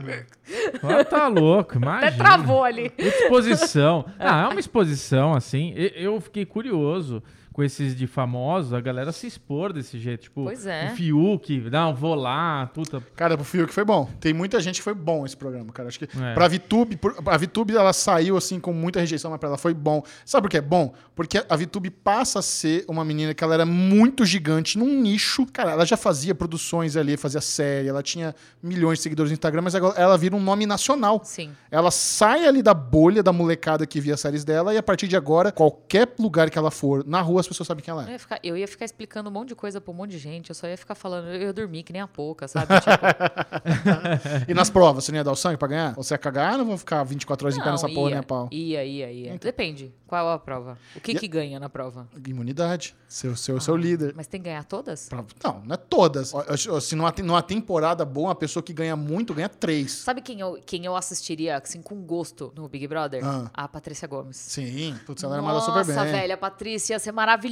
Ah, tá louco, imagina. Até travou ali. Exposição. Ah, é uma exposição, assim. E- Eu fiquei curioso com esses de famosos, a galera se expor desse jeito. Tipo, Pois é. o Fiuk, não, vou lá, puta. Cara, pro Fiuk foi bom. Tem muita gente que foi bom esse programa, cara. Acho que É. pra VTube, por- a VTube ela saiu assim com muita rejeição, mas pra ela foi bom. Sabe por que é bom? Porque a VTube passa a ser uma menina que ela era muito gigante num nicho. Cara, ela já fazia produções ali, fazia série, ela tinha milhões de seguidores no Instagram, mas agora ela vira um nome nacional. Sim. Ela sai ali da bolha da molecada que via as séries dela e a partir de agora, qualquer lugar que ela for, na rua as pessoas sabem quem ela é. Eu ia, ficar, eu ia ficar explicando um monte de coisa pra um monte de gente, eu só ia ficar falando, eu ia dormir que nem a pouca, sabe? Tipo, É. E nas provas, você não ia dar o sangue pra ganhar? Ou Você ia cagar? Ah, não vou ficar 24 horas em pé não, nessa porra, ia, né, pau? Então. Ia, ia, ia. Depende. Qual a prova? O que, que ganha na prova? Imunidade. Seu, seu, Ah. seu líder. Mas tem que ganhar todas? Pra- Não, não é todas. Ó, ó, Se numa, te- numa temporada boa, a pessoa que ganha muito ganha três. Sabe quem eu, quem eu assistiria assim, com gosto no Big Brother? Ah. A Patrícia Gomes. Sim, putz, ela era mandada super bem. velho, a Patrícia ia ser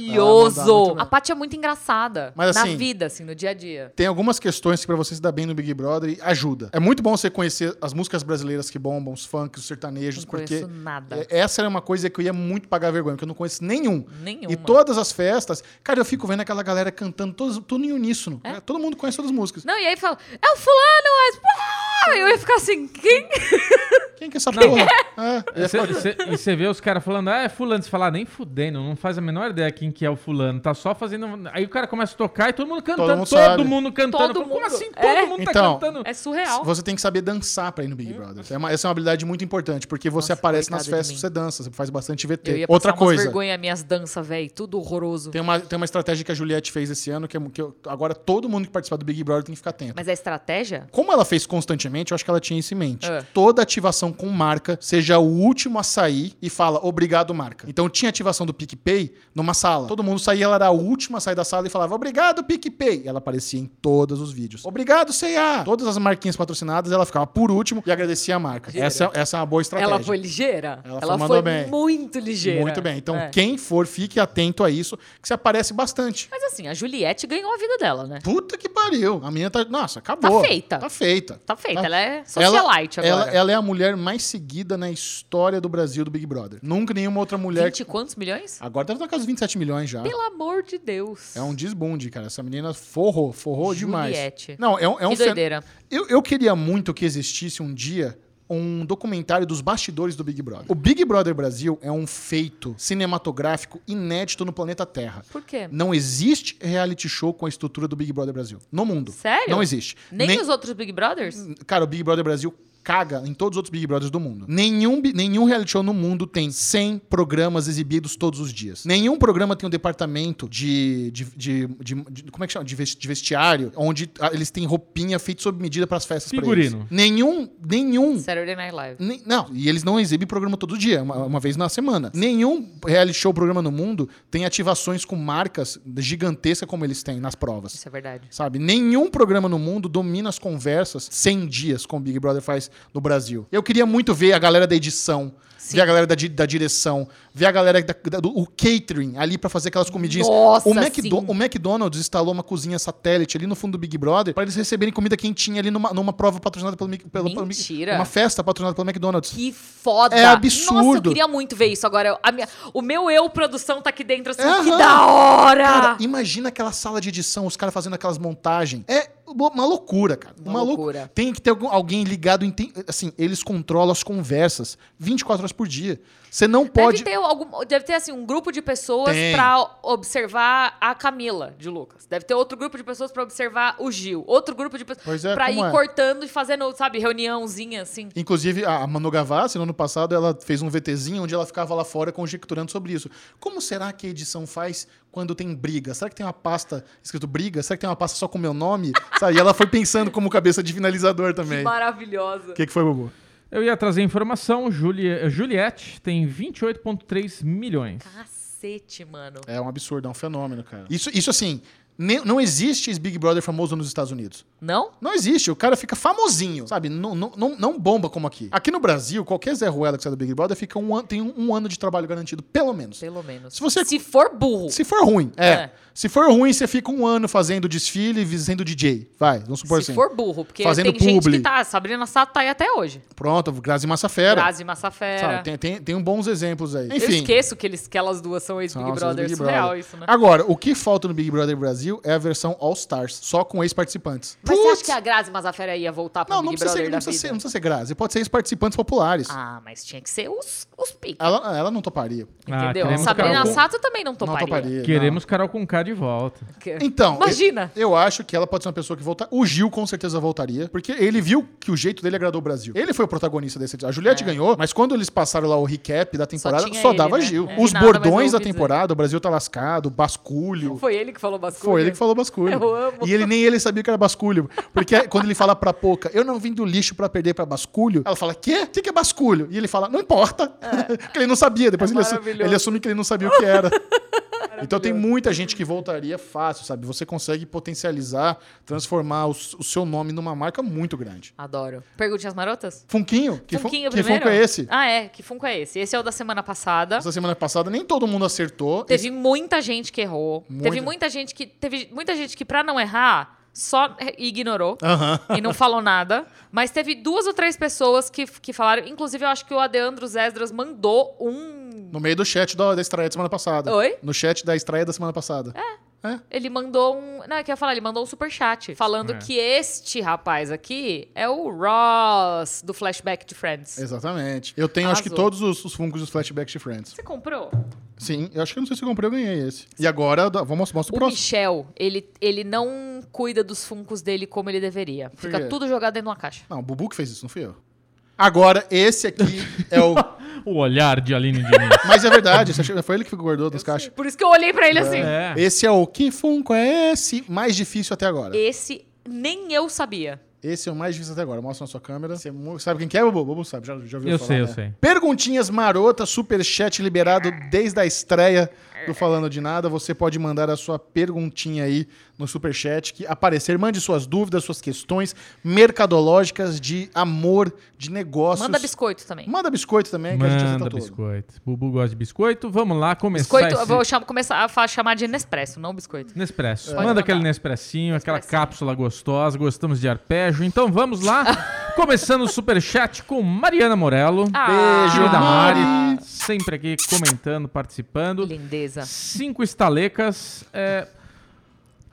Ela mandava muito bem. maravilhoso. a Paty é muito engraçada. Mas, assim, na vida, assim, no dia a dia. Tem algumas questões que pra você se dar bem no Big Brother e ajuda. É muito bom você conhecer as músicas brasileiras que bombam, os funk, os sertanejos, Não porque conheço nada. é- essa era uma coisa que eu ia muito pagar vergonha, porque eu não conheço nenhum. Nenhuma. E todas as festas, cara, eu fico vendo aquela galera cantando todos, tudo em uníssono. É? né? Todo mundo conhece todas as músicas. Não, e aí fala, é o fulano, mas... Ah! Eu ia ficar assim, quem? Quem que é essa porra? É, eu ia Cê- cê- e você vê os caras falando, ah, é fulano. Você fala, ah, nem fudendo, não faz a menor ideia quem que é o fulano. Tá só fazendo... Aí o cara começa a tocar e todo mundo cantando. Todo mundo mundo, sabe. cantando. Todo Eu falo, Como mundo. assim todo É. mundo Então, tá cantando? É surreal. Você tem que saber dançar pra ir no Big Brother. É uma- essa é uma habilidade muito importante, porque você Nossa, aparece nas coitado de festas, mim. você dança, você faz bastante VT. Eu ia Outra passar coisa, umas vergonha minhas danças, velho. Tudo horroroso. tem uma, tem uma estratégia que a Juliette fez esse ano, que, é, que eu- agora todo mundo que participar do Big Brother tem que ficar atento. Mas a estratégia? Como ela fez constantemente, eu acho que ela tinha isso em mente. É. Toda ativação com marca, seja o último a sair e fala obrigado, marca. Então tinha ativação do PicPay numa sala. Todo mundo saía, ela era a última a sair da sala e falava obrigado, PicPay. E ela aparecia em todos os vídeos. Obrigado, C&A. Todas as marquinhas patrocinadas, ela ficava por último e agradecia a marca. Essa, essa é uma boa estratégia. Ela foi ligeira. Ela Ela, foi- foi, mandou bem. muito ligeira. Muito bem. Então, É. quem for, fique atento a isso, que se aparece bastante. Mas assim, a Juliette ganhou a vida dela, né? Puta que pariu. A menina tá. Nossa, acabou. Tá feita. Tá feita. Tá feita, Tá- ela é socialite ela, agora. ela é a mulher mais seguida na história do Brasil do Big Brother. Nunca nenhuma outra mulher. 20 e quantos milhões? Agora deve estar com os 27 milhões já. Pelo amor de Deus. É um desbunde, cara. Essa menina forrou, forrou Juliette. demais. Não, é, um- é um que fen- doideira. Eu, eu queria muito que existisse um dia um documentário dos bastidores do Big Brother. O Big Brother Brasil é um feito cinematográfico inédito no planeta Terra. Por quê? Não existe reality show com a estrutura do Big Brother Brasil. No mundo. Sério? Não existe. Nem, os outros Big Brothers? Cara, o Big Brother Brasil caga em todos os outros Big Brothers do mundo. Nenhum, bi- nenhum reality show no mundo tem 100 programas exibidos todos os dias. Nenhum programa tem um departamento de... de, de, de- de- como é que chama? De, ves- de vestiário, onde ah, eles têm roupinha feita sob medida para as festas pra eles. Figurino. Nenhum, nenhum... Saturday Night Live. Nem- não, e eles não exibem programa todo dia, uma, uma vez na semana. Nenhum reality show programa no mundo tem ativações com marcas gigantescas como eles têm nas provas. Isso é verdade. Sabe? Nenhum programa no mundo domina as conversas 100 dias como o Big Brother faz no Brasil. Eu queria muito ver a galera da edição, Sim. ver a galera da, di- da direção, ver a galera da- da- do o catering ali pra fazer aquelas comidinhas. Nossa, o, McDo- sim. o McDonald's instalou uma cozinha satélite ali no fundo do Big Brother pra eles receberem comida quentinha ali numa, numa prova patrocinada pelo, Mic- pelo, pelo Mic- Mentira. uma festa patrocinada pelo McDonald's. Que foda. É absurdo. Nossa, eu queria muito ver isso agora. Eu- a minha- o meu eu produção tá aqui dentro, assim, que Aham. da hora! Cara, imagina aquela sala de edição, os caras fazendo aquelas montagens. É lo- uma loucura, cara. Uma, Uma loucura. loucura. Tem que ter algum- alguém ligado. em tem- Assim, eles controlam as conversas 24 horas por dia. Você não pode. Deve ter, algum, deve ter, assim, um grupo de pessoas Tem. pra observar a Camila de Lucas. Deve ter outro grupo de pessoas pra observar o Gil. Outro grupo de Pois pessoas é, pra ir como é? cortando e fazendo, sabe, reuniãozinha, assim. Inclusive, a a Manu Gavassi, no ano passado, ela fez um VTzinho onde ela ficava lá fora conjecturando sobre isso. Como será que a edição faz quando tem briga? Será que tem uma pasta escrito briga? Será que tem uma pasta só com meu nome? Sabe? E ela foi pensando como cabeça de finalizador também. O Maravilhosa. que, que foi, Bubu? Eu ia trazer informação. Juli- Juliette tem 28,3 milhões. Cacete, mano. É um absurdo, é um fenômeno, cara. Isso, isso assim, Ne- não existe esse Big Brother famoso nos Estados Unidos. Não? Não existe, o cara fica famosinho, sabe? Não, não, não, não bomba como aqui. Aqui no Brasil, qualquer Zé Ruela que sai do Big Brother fica um ano, tem um, um ano de trabalho garantido, pelo menos. Pelo menos. Se você- Se for burro. Se for ruim, é. um- É. Se for ruim, você fica um ano fazendo desfile e sendo DJ. Vai, vamos supor Se assim. for burro, porque Fazendo tem gente publi. que tá. Sabrina Sato tá aí até hoje. Pronto, Grazi Massafera. Grazi Massafera. Sabe, tem, tem, tem bons exemplos aí. Enfim. Eu esqueço que, eles, que elas duas são são ex-Big os Brother. Big Surreal Brother. Ah, isso, né? Agora, o que falta no Big Brother Brasil é a versão All Stars, só com ex-participantes. Mas você acha Putz! que a Grazi Massafera ia voltar pro Não, não Big precisa, Brother ser, não, da precisa vida? ser, não precisa ser Grazi, pode ser ex-participantes populares. Ah, mas tinha que ser os, os picos, Ela, ela não toparia. entendeu? queremos Sabrina Carol Con- Sato também não toparia. Não toparia. Queremos Carol com K de volta. Que- não. Então, Imagina. Eu, eu acho que ela pode ser uma pessoa que volta. O Gil com certeza voltaria, porque ele viu que o jeito dele agradou o Brasil. Ele foi o protagonista desse. A Juliette ganhou, mas quando eles passaram lá o recap da temporada, só, É. tinha ele, dava né? Gil. É. Os Nada, mas eu bordões da ouvi dizer. temporada, o Brasil tá lascado, basculho. Foi ele que falou basculho? Foi ele que falou basculho. Eu amo. E ele nem ele sabia que era basculho. Porque quando ele fala pra Poca, eu não vim do lixo pra perder pra basculho, ela fala, quê? O que, que é basculho? E ele fala, não importa. porque ele não sabia. Depois É ele, assu- maravilhoso. ele assume que ele não sabia o que era. Então tem muita gente que voltaria fácil, sabe? Você consegue potencializar, transformar o, s- o seu nome numa marca muito grande. Adoro. Perguntinhas marotas? Funquinho? Que, fun- Funquinho que primeiro? funko é esse? Ah, é. Que funko é esse? Esse é o da semana passada. Essa semana passada nem todo mundo acertou. Teve muita gente que errou. Muita. Teve muita gente que. Teve muita gente que, pra não errar, só ignorou Aham. e não falou nada. Mas teve duas ou três pessoas que, que falaram. Inclusive, eu acho que o Adeandro Esdras mandou um. No meio do chat da, da estreia da semana passada. Oi? No chat da estreia da semana passada. Ele mandou um. Não, é que eu ia falar, ele mandou um superchat. Falando É. que este rapaz aqui é o Ross do Flashback de Friends. Exatamente. Eu tenho, acho que Arrasou. todos os, os fungos dos flashbacks de Friends. Você comprou? Sim, eu acho que eu não sei se eu comprei, eu ganhei esse. E agora, dá- vamos mostrar o O próximo. Michel, ele, ele não cuida dos funcos dele como ele deveria. quê? Fica tudo jogado dentro de uma caixa. Não, o Bubu que fez isso, não fui eu. Agora, esse aqui é o. O olhar de Aline Diniz. Mas é verdade, você achou- foi ele que guardou nas caixas. Por isso que eu olhei pra ele assim. É. Esse é o que funko é esse? Mais difícil até agora. Esse nem eu sabia. Esse é o mais difícil até agora. Mostra na sua câmera. Você mu- sabe quem que é, Bubu? Bubu sabe, já, já ouviu Eu falar, sei, eu né? sei. Perguntinhas marotas, superchat liberado desde a estreia do Falando de Nada. Você pode mandar a sua perguntinha aí no superchat que aparecer. Mande suas dúvidas, suas questões mercadológicas de amor, de negócios. Manda biscoito também. Manda biscoito também, é que a gente aceita Manda todo. biscoito. Bubu gosta de biscoito. Vamos lá começar Biscoito, eu esse vou cham- começar a fa- chamar de Nespresso, não biscoito. Nespresso. Pode Manda mandar. aquele Nespressinho, aquela Nespressinho. cápsula gostosa. Gostamos de arpejo. Então vamos lá. Começando o superchat com Mariana Morello. Ah. Time da Mari, sempre aqui comentando, participando. Lindeza. Cinco estalecas. É...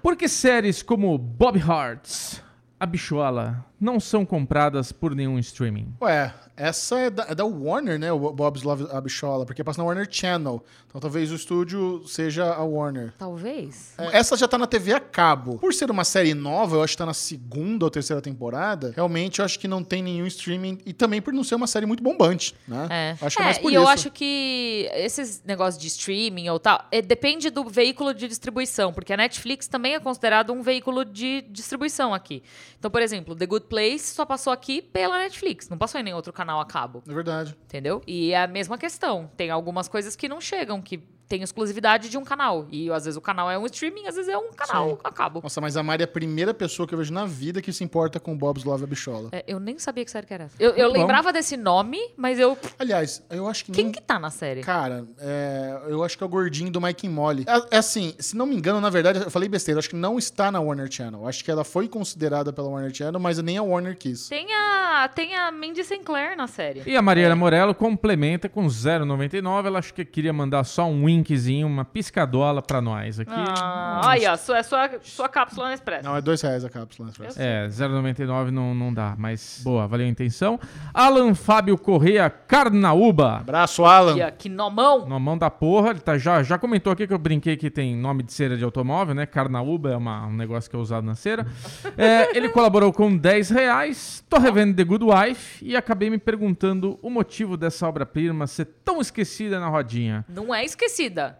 Por que séries como Bob Hearts, A Bichola, não são compradas por nenhum streaming? Ué, essa é da, é da Warner, né? O Bob's Love a Bichola, porque passa na Warner Channel. Então talvez o estúdio seja a Warner. Talvez. Essa já tá na TV a cabo. Por ser uma série nova, eu acho que tá na segunda ou terceira temporada, realmente eu acho que não tem nenhum streaming. E também por não ser uma série muito bombante, né? É. Acho que é É, mais por e isso. eu acho que esses negócios de streaming ou tal, é, depende do veículo de distribuição, porque a Netflix também é considerado um veículo de distribuição aqui. Então, por exemplo, The Good Place só passou aqui pela Netflix, não passou em nenhum outro canal a cabo. É verdade. Entendeu? E é a mesma questão. Tem algumas coisas que não chegam, que tem exclusividade de um canal. E às vezes o canal é um streaming, às vezes é um canal Sim. a cabo. Nossa, mas a Mari é a primeira pessoa que eu vejo na vida que se importa com Bob's Love a Bichola. É, eu nem sabia que série que era essa. Eu, eu Bom. lembrava desse nome, mas eu. Aliás, eu acho que Quem nem- que tá na série? Cara, é, eu acho que é o gordinho do Mike and Molly. É, é assim, se não me engano, na verdade, eu falei besteira, eu acho que não está na Warner Channel. Eu Acho que ela foi considerada pela Warner Channel, mas nem a Warner quis. Tem a, tem a Mindy Sinclair na série. E a Mariana Morello complementa com 0,99. Ela acho que queria mandar só um winkzinho, uma piscadola pra nós aqui. Ah, olha, sua, é sua, sua cápsula no Expresso. Não, é dois reais a cápsula. né? É, 0,99 não, não dá, mas boa, valeu a intenção. Alan Fábio Correia Carnaúba. Abraço, Alan. Olha, que nomão! Na mão da porra, ele tá, já, já comentou aqui que eu brinquei que tem nome de cera de automóvel, né? Carnaúba é uma- um negócio que é usado na cera. É, ele colaborou com 10 reais, tô revendo The Good Wife e acabei me perguntando o motivo dessa obra-prima ser tão esquecida na rodinha. Não é esquecida.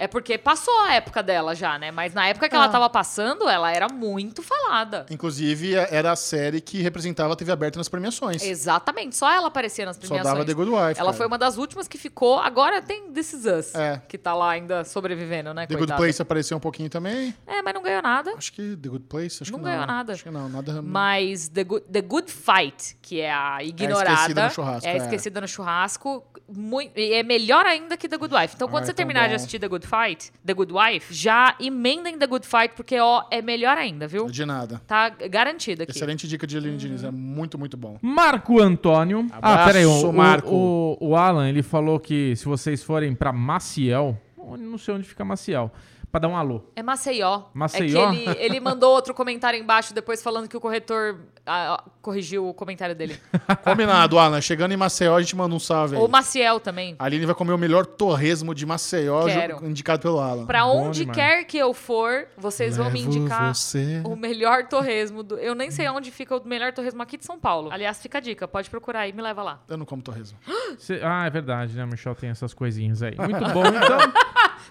É porque passou a época dela já, né? Mas na época que ela tava passando, ela era muito falada. Inclusive, a- era a série que representava a TV aberta nas premiações. Exatamente, só ela aparecia nas Só premiações. dava The Good Wife. Ela cara. foi uma das últimas que ficou. Agora tem This Is Us, É. que tá lá ainda sobrevivendo, né? The Good coitada? Place apareceu um pouquinho também. É, mas não ganhou nada. Acho que The Good Place, acho Não que ganhou nada. Acho que não, nada. Mas The Good, The Good Fight, que é a ignorada. esquecida no churrasco, é é. esquecida no churrasco, mui- e é melhor ainda que The Good Wife. Então, quando Ah, você é tão terminar de bom. assistir The Good Fight, The Good Wife, já emenda em The Good Fight, porque, ó, é melhor ainda, viu? De nada. Tá garantido aqui. Excelente dica de Aline Diniz, Hum. é muito, muito bom. Marco Antônio. ah, Abraço, peraí. O, Marco. O, o Alan, ele falou que se vocês forem pra Maciel, onde- não sei onde fica Maciel, pra dar um alô. É Maceió. Maceió? É que ele, ele mandou outro comentário embaixo depois falando que o corretor ah, ó, corrigiu o comentário dele. Combinado, Alan. Chegando em Maceió, a gente manda um salve aí. Ou Maciel também. A Aline vai comer o melhor torresmo de Maceió, ju- Quero. indicado pelo Alan. Pra Bom onde demais. quer que eu for, vocês vão me Levo indicar Você. o melhor torresmo. do- Eu nem sei onde fica o melhor torresmo aqui de São Paulo. Aliás, fica a dica, pode procurar aí, me leva lá. Eu não como torresmo. Cê- ah, é verdade, né? Michel tem essas coisinhas aí. Muito bom, então.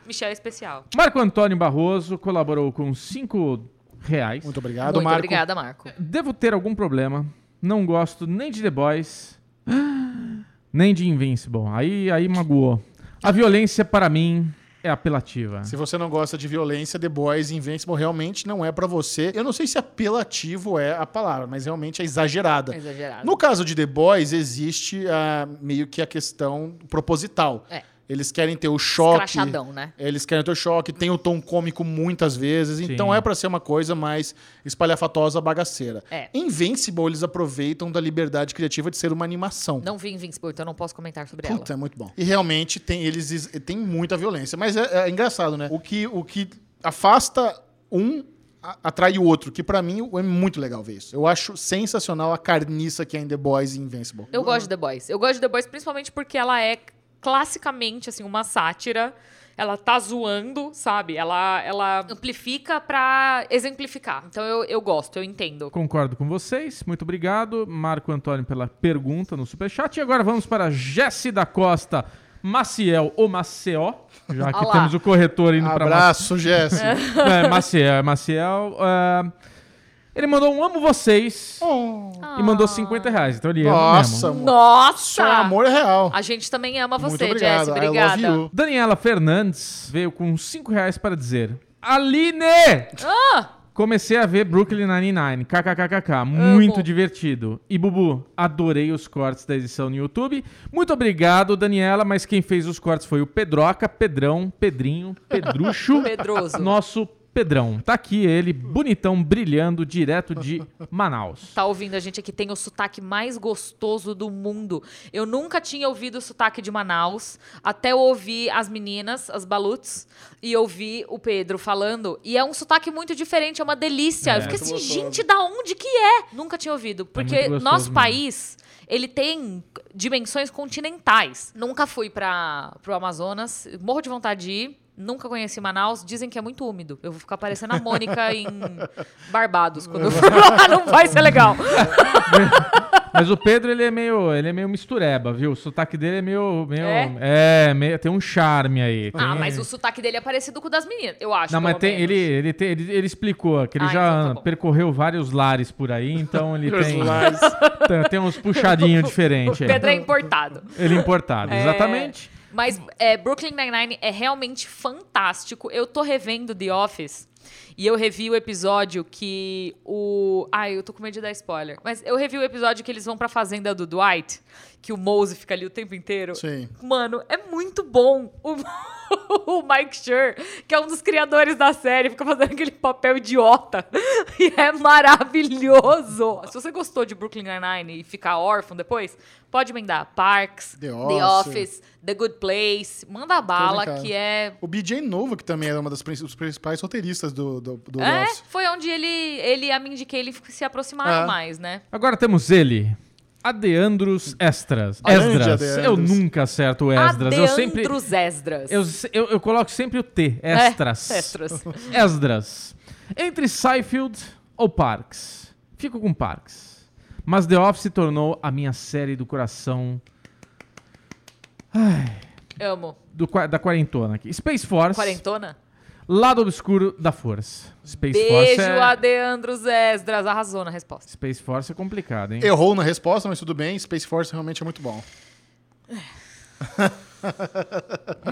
Michel é especial. Marco Antônio Barroso colaborou com 5 reais. Muito obrigado, Muito Marco. obrigada, Marco. Devo ter algum problema. Não gosto nem de The Boys, nem de Invincible. Aí, aí magoou. A violência, para mim, é apelativa. Se você não gosta de violência, The Boys Invincible realmente não é pra você. Eu não sei se apelativo é a palavra, mas realmente é exagerada. Exagerado. No caso de The Boys, existe ah, meio que a questão proposital. É. Eles querem ter o choque. Crachadão, né? Eles querem ter o choque, tem o tom cômico muitas vezes, Sim. então é pra ser uma coisa mais espalhafatosa, bagaceira. É. Invincible, eles aproveitam da liberdade criativa de ser uma animação. Não vi Invincible, então não posso comentar sobre Puta, é ela. muito bom. E realmente tem, eles is- tem muita violência. Mas é, é engraçado, né? O que, o que afasta um a- atrai o outro, que pra mim é muito legal ver isso. Eu acho sensacional a carniça que é em The Boys e Invincible. Eu gosto de The Boys. Eu gosto de The Boys principalmente porque ela é classicamente assim uma sátira. Ela tá zoando, sabe? Ela, ela amplifica pra exemplificar. Então eu, eu gosto, eu entendo. Concordo com vocês. Muito obrigado, Marco Antônio, pela pergunta no Superchat. E agora vamos para Jesse da Costa Maciel ou Maceió, já que Olá. temos o corretor indo para Maciel. Abraço, Jesse. É, Maciel, é Maciel. Ah, ele mandou um amo vocês e mandou 50 reais. Então ele ama Nossa, mesmo. amor. Nossa! Seu amor é real. A gente também ama Muito você, obrigado. Jess. I Obrigada. love you. Daniela Fernandes veio com 5 reais para dizer: Aline! Comecei a ver Brooklyn Nine-Nine. KKKKK. Muito divertido. E, Bubu, adorei os cortes da edição no YouTube. Muito obrigado, Daniela. Mas quem fez os cortes foi o Pedroca, Pedrão, Pedrinho, Pedrucho. Pedroso. Nosso Pedrão. Tá aqui ele, bonitão, brilhando, direto de Manaus. Tá ouvindo a gente aqui, tem o sotaque mais gostoso do mundo. Eu nunca tinha ouvido o sotaque de Manaus, até eu ouvir as meninas, as baluts, e ouvir o Pedro falando. E é um sotaque muito diferente, é uma delícia. eu fiquei assim, gente, da onde que é? Nunca tinha ouvido. Porque muito gostoso nosso mesmo. país, ele tem dimensões continentais. Nunca fui para pro Amazonas, morro de vontade de ir. Nunca conheci Manaus, dizem que é muito úmido. Eu vou ficar parecendo a Mônica em Barbados É. quando eu for lá, não vai ser legal. Mas o Pedro, ele é meio, ele é meio mistureba, viu? O sotaque dele é meio... meio é? meio, tem um charme aí. Ah, tem- um mas o sotaque dele é parecido com o das meninas, eu acho. Não, mas pelo tem, menos. ele, ele, tem- ele, ele explicou que ele Ah, já então tá bom. percorreu vários lares por aí, então ele Meus tem, lares. tem, tem uns puxadinhos diferentes. O aí. Pedro é importado. Ele importado, É. exatamente. Mas é, Brooklyn Nine-Nine é realmente fantástico. Eu tô revendo The Office e eu revi o episódio que o. Ai, eu tô com medo de dar spoiler. Mas eu revi o episódio que eles vão pra fazenda do Dwight, que o Mose fica ali o tempo inteiro. Sim. Mano, é muito bom. O, o Mike Schur, que é um dos criadores da série, fica fazendo aquele papel idiota. E é maravilhoso. Se você gostou de Brooklyn Nine-Nine e ficar órfão depois, pode emendar Parks, The The Office, Office. The Good Place. Manda Tô bala, brincando. que é... O BJ Nova, que também era uma das princi- dos principais roteiristas do, do, do The É, Office. foi onde ele, ele e a Mindy Kaling se aproximaram É. mais, né? Agora temos ele. Adeandros Estras. Grande Esdras. Eu Adeandros. nunca acerto o Esdras. Eu sempre... Adeandros Esdras. Eu, eu, eu coloco sempre o T. É, Estras. Estras. Esdras. Entre Seinfeld ou Parks? Fico com Parks. Mas The Office se tornou a minha série do coração. Ai. Amo. do qua- da quarentona aqui. Space Force, Quarentona? lado obscuro da força. Space Force Beijo, é... Adeandro Zesdras. Arrasou na resposta. Space Force é complicado, hein? Errou na resposta, mas tudo bem. Space Force realmente é muito bom.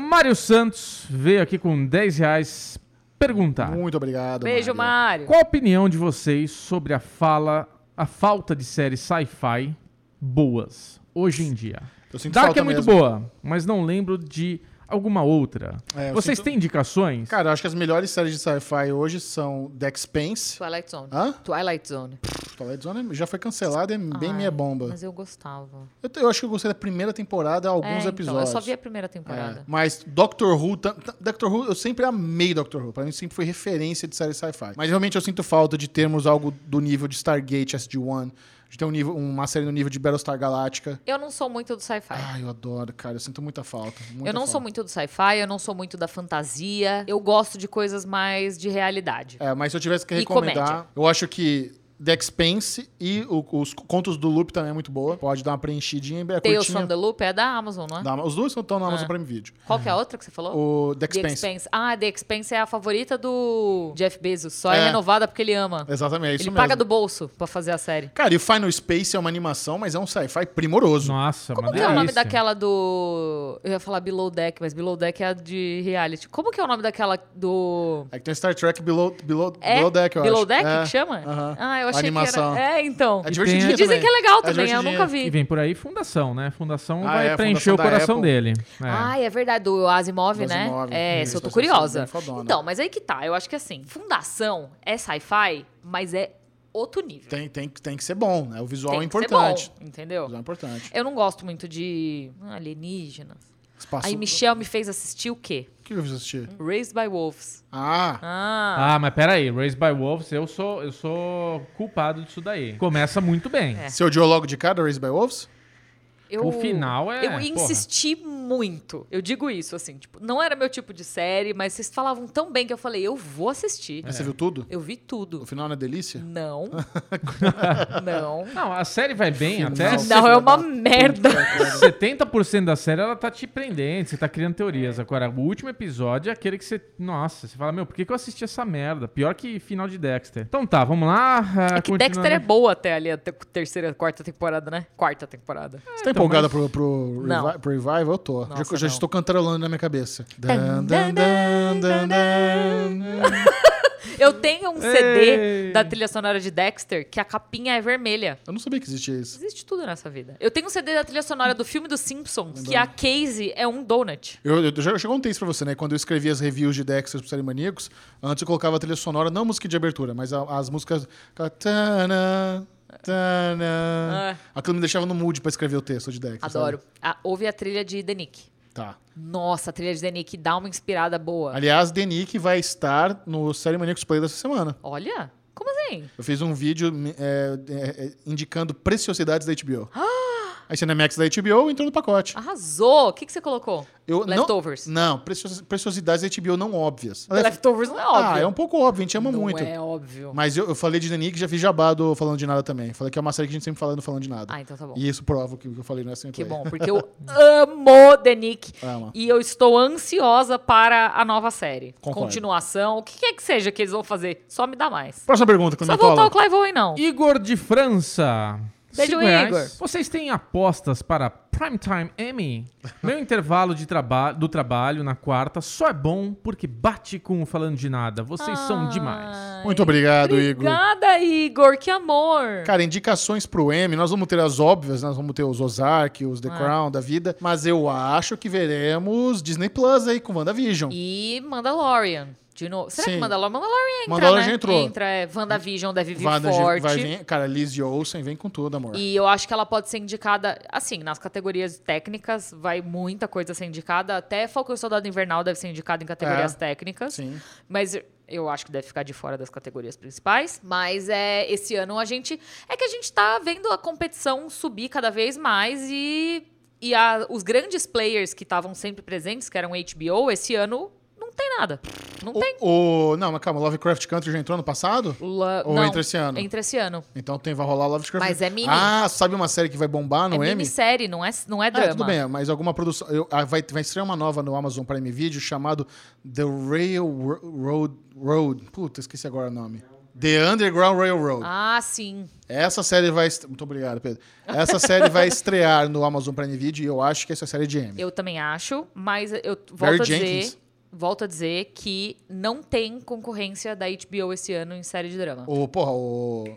Mário Santos veio aqui com 10 reais perguntar. Muito obrigado. Beijo, Mário. Mário. Qual a opinião de vocês sobre a fala, a falta de séries sci-fi boas hoje em dia? Eu sinto Dark falta é muito mesmo. boa, mas não lembro de alguma outra. É, eu vocês sinto- têm indicações? Cara, eu acho que as melhores séries de sci-fi hoje são The Expanse. Twilight Zone. Hã? Twilight Zone. Twilight Zone já foi cancelada, é bem Ai, meia bomba. Mas eu gostava. Eu, te- eu acho que eu gostei da primeira temporada, É, alguns então, episódios. eu só vi a primeira É, temporada. Mas Doctor Who, tam- tam- Doctor Who, eu sempre amei Doctor Who. Pra mim sempre foi referência de série sci-fi. Mas realmente eu sinto falta de termos algo do nível de Stargate SG-1, de ter um nível, uma série no nível de Battlestar Galactica. Eu não sou muito do sci-fi. Ai, eu adoro, cara. Eu sinto muita falta. Ah, muita Tá. eu não sou falta. muito do sci-fi, eu não sou muito da fantasia. Eu gosto de coisas mais de realidade. É, mas se eu tivesse que E recomendar, comédia. eu acho que The Expanse e o- os contos do Loop também é muito boa. Pode dar uma preenchidinha e é Tales curtinha. from the Loop é da Amazon, não é? Da Ama- Os dois estão na Amazon Prime Video. Qual que é a outra que você falou? O The Expanse. Ah, The Expense é a favorita do Jeff Bezos. Só é, É. renovada porque ele ama. Exatamente, é isso ele mesmo. paga do bolso pra fazer a série. Cara, e o Final Space é uma animação, mas é um sci-fi primoroso. Nossa, Como mas que é o nome delícia. daquela do. Eu ia falar Below Deck, mas Below Deck é a de reality. Como que é o nome daquela do. É que tem Star Trek Below, Below, É? Below Deck, eu Below acho. Deck é. que chama? Aham. Ah, eu achei Animação. que era. É, então. É divertidinha E dizem também. que é legal também, eu divertidinha. nunca E vi. vem por aí Fundação, né? Fundação Ah, vai é, preencher Fundação o da coração Apple. dele. É. Ah, é verdade, do Asimov, Do né? Asimov, É, isso, essa eu tô essa série é curiosa. bem fodona. Então, mas aí que tá. Eu acho que assim, Fundação é sci-fi, mas é outro nível. Tem, tem, que- tem que ser bom, né? O visual Tem é que ser importante. bom, O entendeu? visual é importante. Eu não gosto muito de ah, alienígenas. Espaço... Aí Michel me fez assistir o quê? O que eu fiz assistir? Raised by Wolves. Ah, Ah, Ah, mas peraí, Raised by Wolves, eu sou, eu sou culpado disso daí. Começa muito bem. É. você odiou logo de cara Raised by Wolves? eu o final é- Eu porra. insisti muito. Eu digo isso assim, tipo, não era meu tipo de série, mas vocês falavam tão bem que eu falei, eu vou assistir. Mas É. Você viu tudo? Eu vi O tudo. final não é delícia? Não. não. Não, a série vai bem Final. até. Nossa, Não, é filha da uma puta. merda. 70% da série ela tá te prendendo, você tá criando teorias. Agora, o último episódio é aquele que você. Nossa, você fala, meu, por que, que eu assisti essa merda? Pior que final de Dexter. Então tá, vamos lá. ah, É que continuando. Dexter é boa até ali, a te- terceira, quarta temporada, né? Quarta temporada. Você tá empolgada pro, pro, revi- Não. pro Revival? Eu tô. Já- Nossa, já, não. estou cantarolando na minha cabeça. Tan, Dan, dan, dan, dan. Eu tenho um CD Ei. da trilha sonora de Dexter que a capinha é vermelha. Eu não sabia que existia isso. Existe tudo nessa vida. Eu tenho um CD da trilha sonora do filme dos Simpsons, que a Casey é um donut. Eu, eu já, eu já contei isso pra você, né? Quando eu escrevia as reviews de Dexter pro Série Maníacos, antes eu colocava a trilha sonora, não música de abertura, mas a- as músicas. aquela Tana, tana. Aquilo me deixava no mood pra escrever o texto de Dexter. sabe? Ah. Adoro. Ah, ouve a trilha de The Nick. Tá. Nossa, a trilha de The Nick dá uma inspirada boa. Aliás, Denick vai estar no Série Maníacos Play dessa semana. Olha, como assim? Eu fiz um vídeo é, é, é, indicando preciosidades da HBO. Ah! Aí você na Max da HBO entrou no pacote. Arrasou! O que, que você colocou? Eu, Leftovers. Não, não precios- preciosidades da HBO não óbvias. Leftovers não é óbvio. Ah, é um pouco óbvio, a gente ama não muito. é óbvio. Mas eu, eu falei de Danik e já fiz jabá do Falando de Nada também. Falei que é uma série que a gente sempre fala do Falando de Nada. Ah, então tá bom. E isso prova o que eu falei é no SM Que Play. bom, porque eu amo The Nick. Ama. E eu estou ansiosa para a nova série. Concordo. Continuação, o que quer que seja que eles vão fazer. Só me dá mais. Próxima pergunta, Só voltar Clementola. o Clive Owen, não. Igor de França. Beijo, cinco reais. Igor. Vocês têm apostas para Primetime Emmy? Meu intervalo de traba do trabalho na quarta só é bom porque bate com o falando de nada. Vocês Ah, são demais. Ai, Muito obrigado, Igor. Obrigada, Igor. Que amor. Cara, indicações pro M, nós vamos ter as óbvias, né? nós vamos ter os Ozark, os The Ah. Crown da vida, mas eu acho que veremos Disney Plus aí com WandaVision. E Mandalorian. De novo. Será que Sim. Mandalorian? Mandalorian entra, Mandalorian já né? entrou. Entra, é. WandaVision deve vir WandaVision forte. vai vir, cara, Liz Olsen vem com tudo, amor. E eu acho que ela pode ser indicada, assim, nas categorias técnicas, vai muita coisa ser indicada. Até Falcão e Soldado Invernal deve ser indicado em categorias É. técnicas. Sim. Mas eu acho que deve ficar de fora das categorias principais. Mas é esse ano a gente. É que a gente tá vendo a competição subir cada vez mais e. E a- os grandes players que estavam sempre presentes, que eram HBO, esse ano não tem nada. Não O- tem. O, não, mas calma, Lovecraft Country já entrou no passado? La- Ou não, entra esse ano? Entra esse ano. Então tem, vai rolar Lovecraft Mas é mini. Ah, sabe uma série que vai bombar no é M? minissérie, não é, não é Ah, drama. tudo bem, mas alguma produção. eu- ah, vai, vai estrear uma nova no Amazon Prime Video chamado The Railroad Road. Puta, esqueci agora o nome. The Underground Railroad. Ah, sim. Essa série vai. est- Muito obrigado, Pedro. Essa série vai estrear no Amazon Prime Video e eu acho que essa série é de M. Eu também acho, mas eu volto Barry a dizer. Jenkins. Volto a dizer que não tem concorrência da HBO esse ano em série de drama. O, porra, o,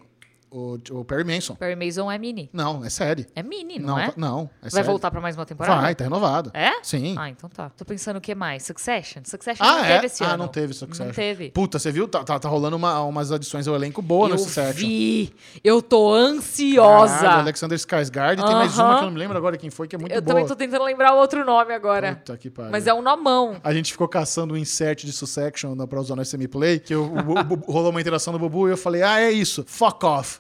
o. o Perry Manson. Perry Mason é mini. Não, é série. É mini, não, é? tá- não. é Vai série. voltar pra mais uma temporada? Vai, tá renovado. É? Sim. Ah, então tá. Tô pensando o que mais? Succession? Succession Ah, não é? teve esse Ah, ano. não teve Succession. Não teve. Puta, você viu? Tá, tá, tá rolando uma- umas adições ao elenco boa eu nesse Succession. vi. Eu tô ansiosa. Caralho, Alexander Skarsgård. E Tem mais uma Aham. que eu não me lembro agora quem foi, que é muito eu boa. também tô tentando lembrar outro nome agora. Puta que pariu. Mas é um nomão. A gente ficou caçando um insert de Succession na- pra usar no semi-play, que eu- o Bu- Bu- rolou uma interação do Bubu e eu falei, ah, é isso, fuck off.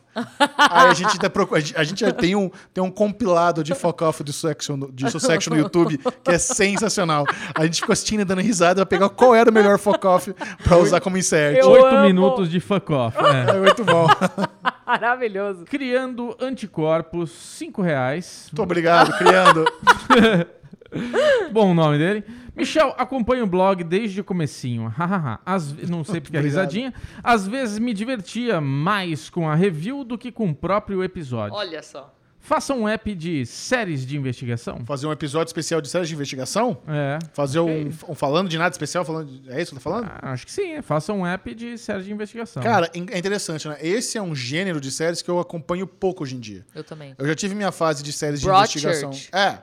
Aí a gente, até procura, a gente- a gente já tem um, tem um compilado de fuck off de Succession, no- de Succession no YouTube, que é sensacional. A gente ficou assistindo e dando risada pra pegar qual era o melhor fuck off pra usar como insert. Eu Oito amo. minutos de fuck off. É muito bom. Maravilhoso. Criando anticorpos, 5 reais. Muito obrigado, criando. Bom o nome dele. Michel, acompanha o blog desde o comecinho. Hahaha. Às ve- não sei porque é Obrigado. risadinha. Às vezes me divertia mais com a review do que com o próprio episódio. Olha só. Faça um app de séries de investigação. Fazer um episódio especial de série de investigação? É. Fazer um, um falando de nada especial? Falando de- é isso que eu tô falando? Ah, Acho que sim, é. faça um app de série de investigação. então. Cara, in- é interessante, né? Esse é um gênero de séries que eu acompanho pouco hoje em dia. Eu também. Eu já tive minha fase de séries de Broadchurch. investigação. É,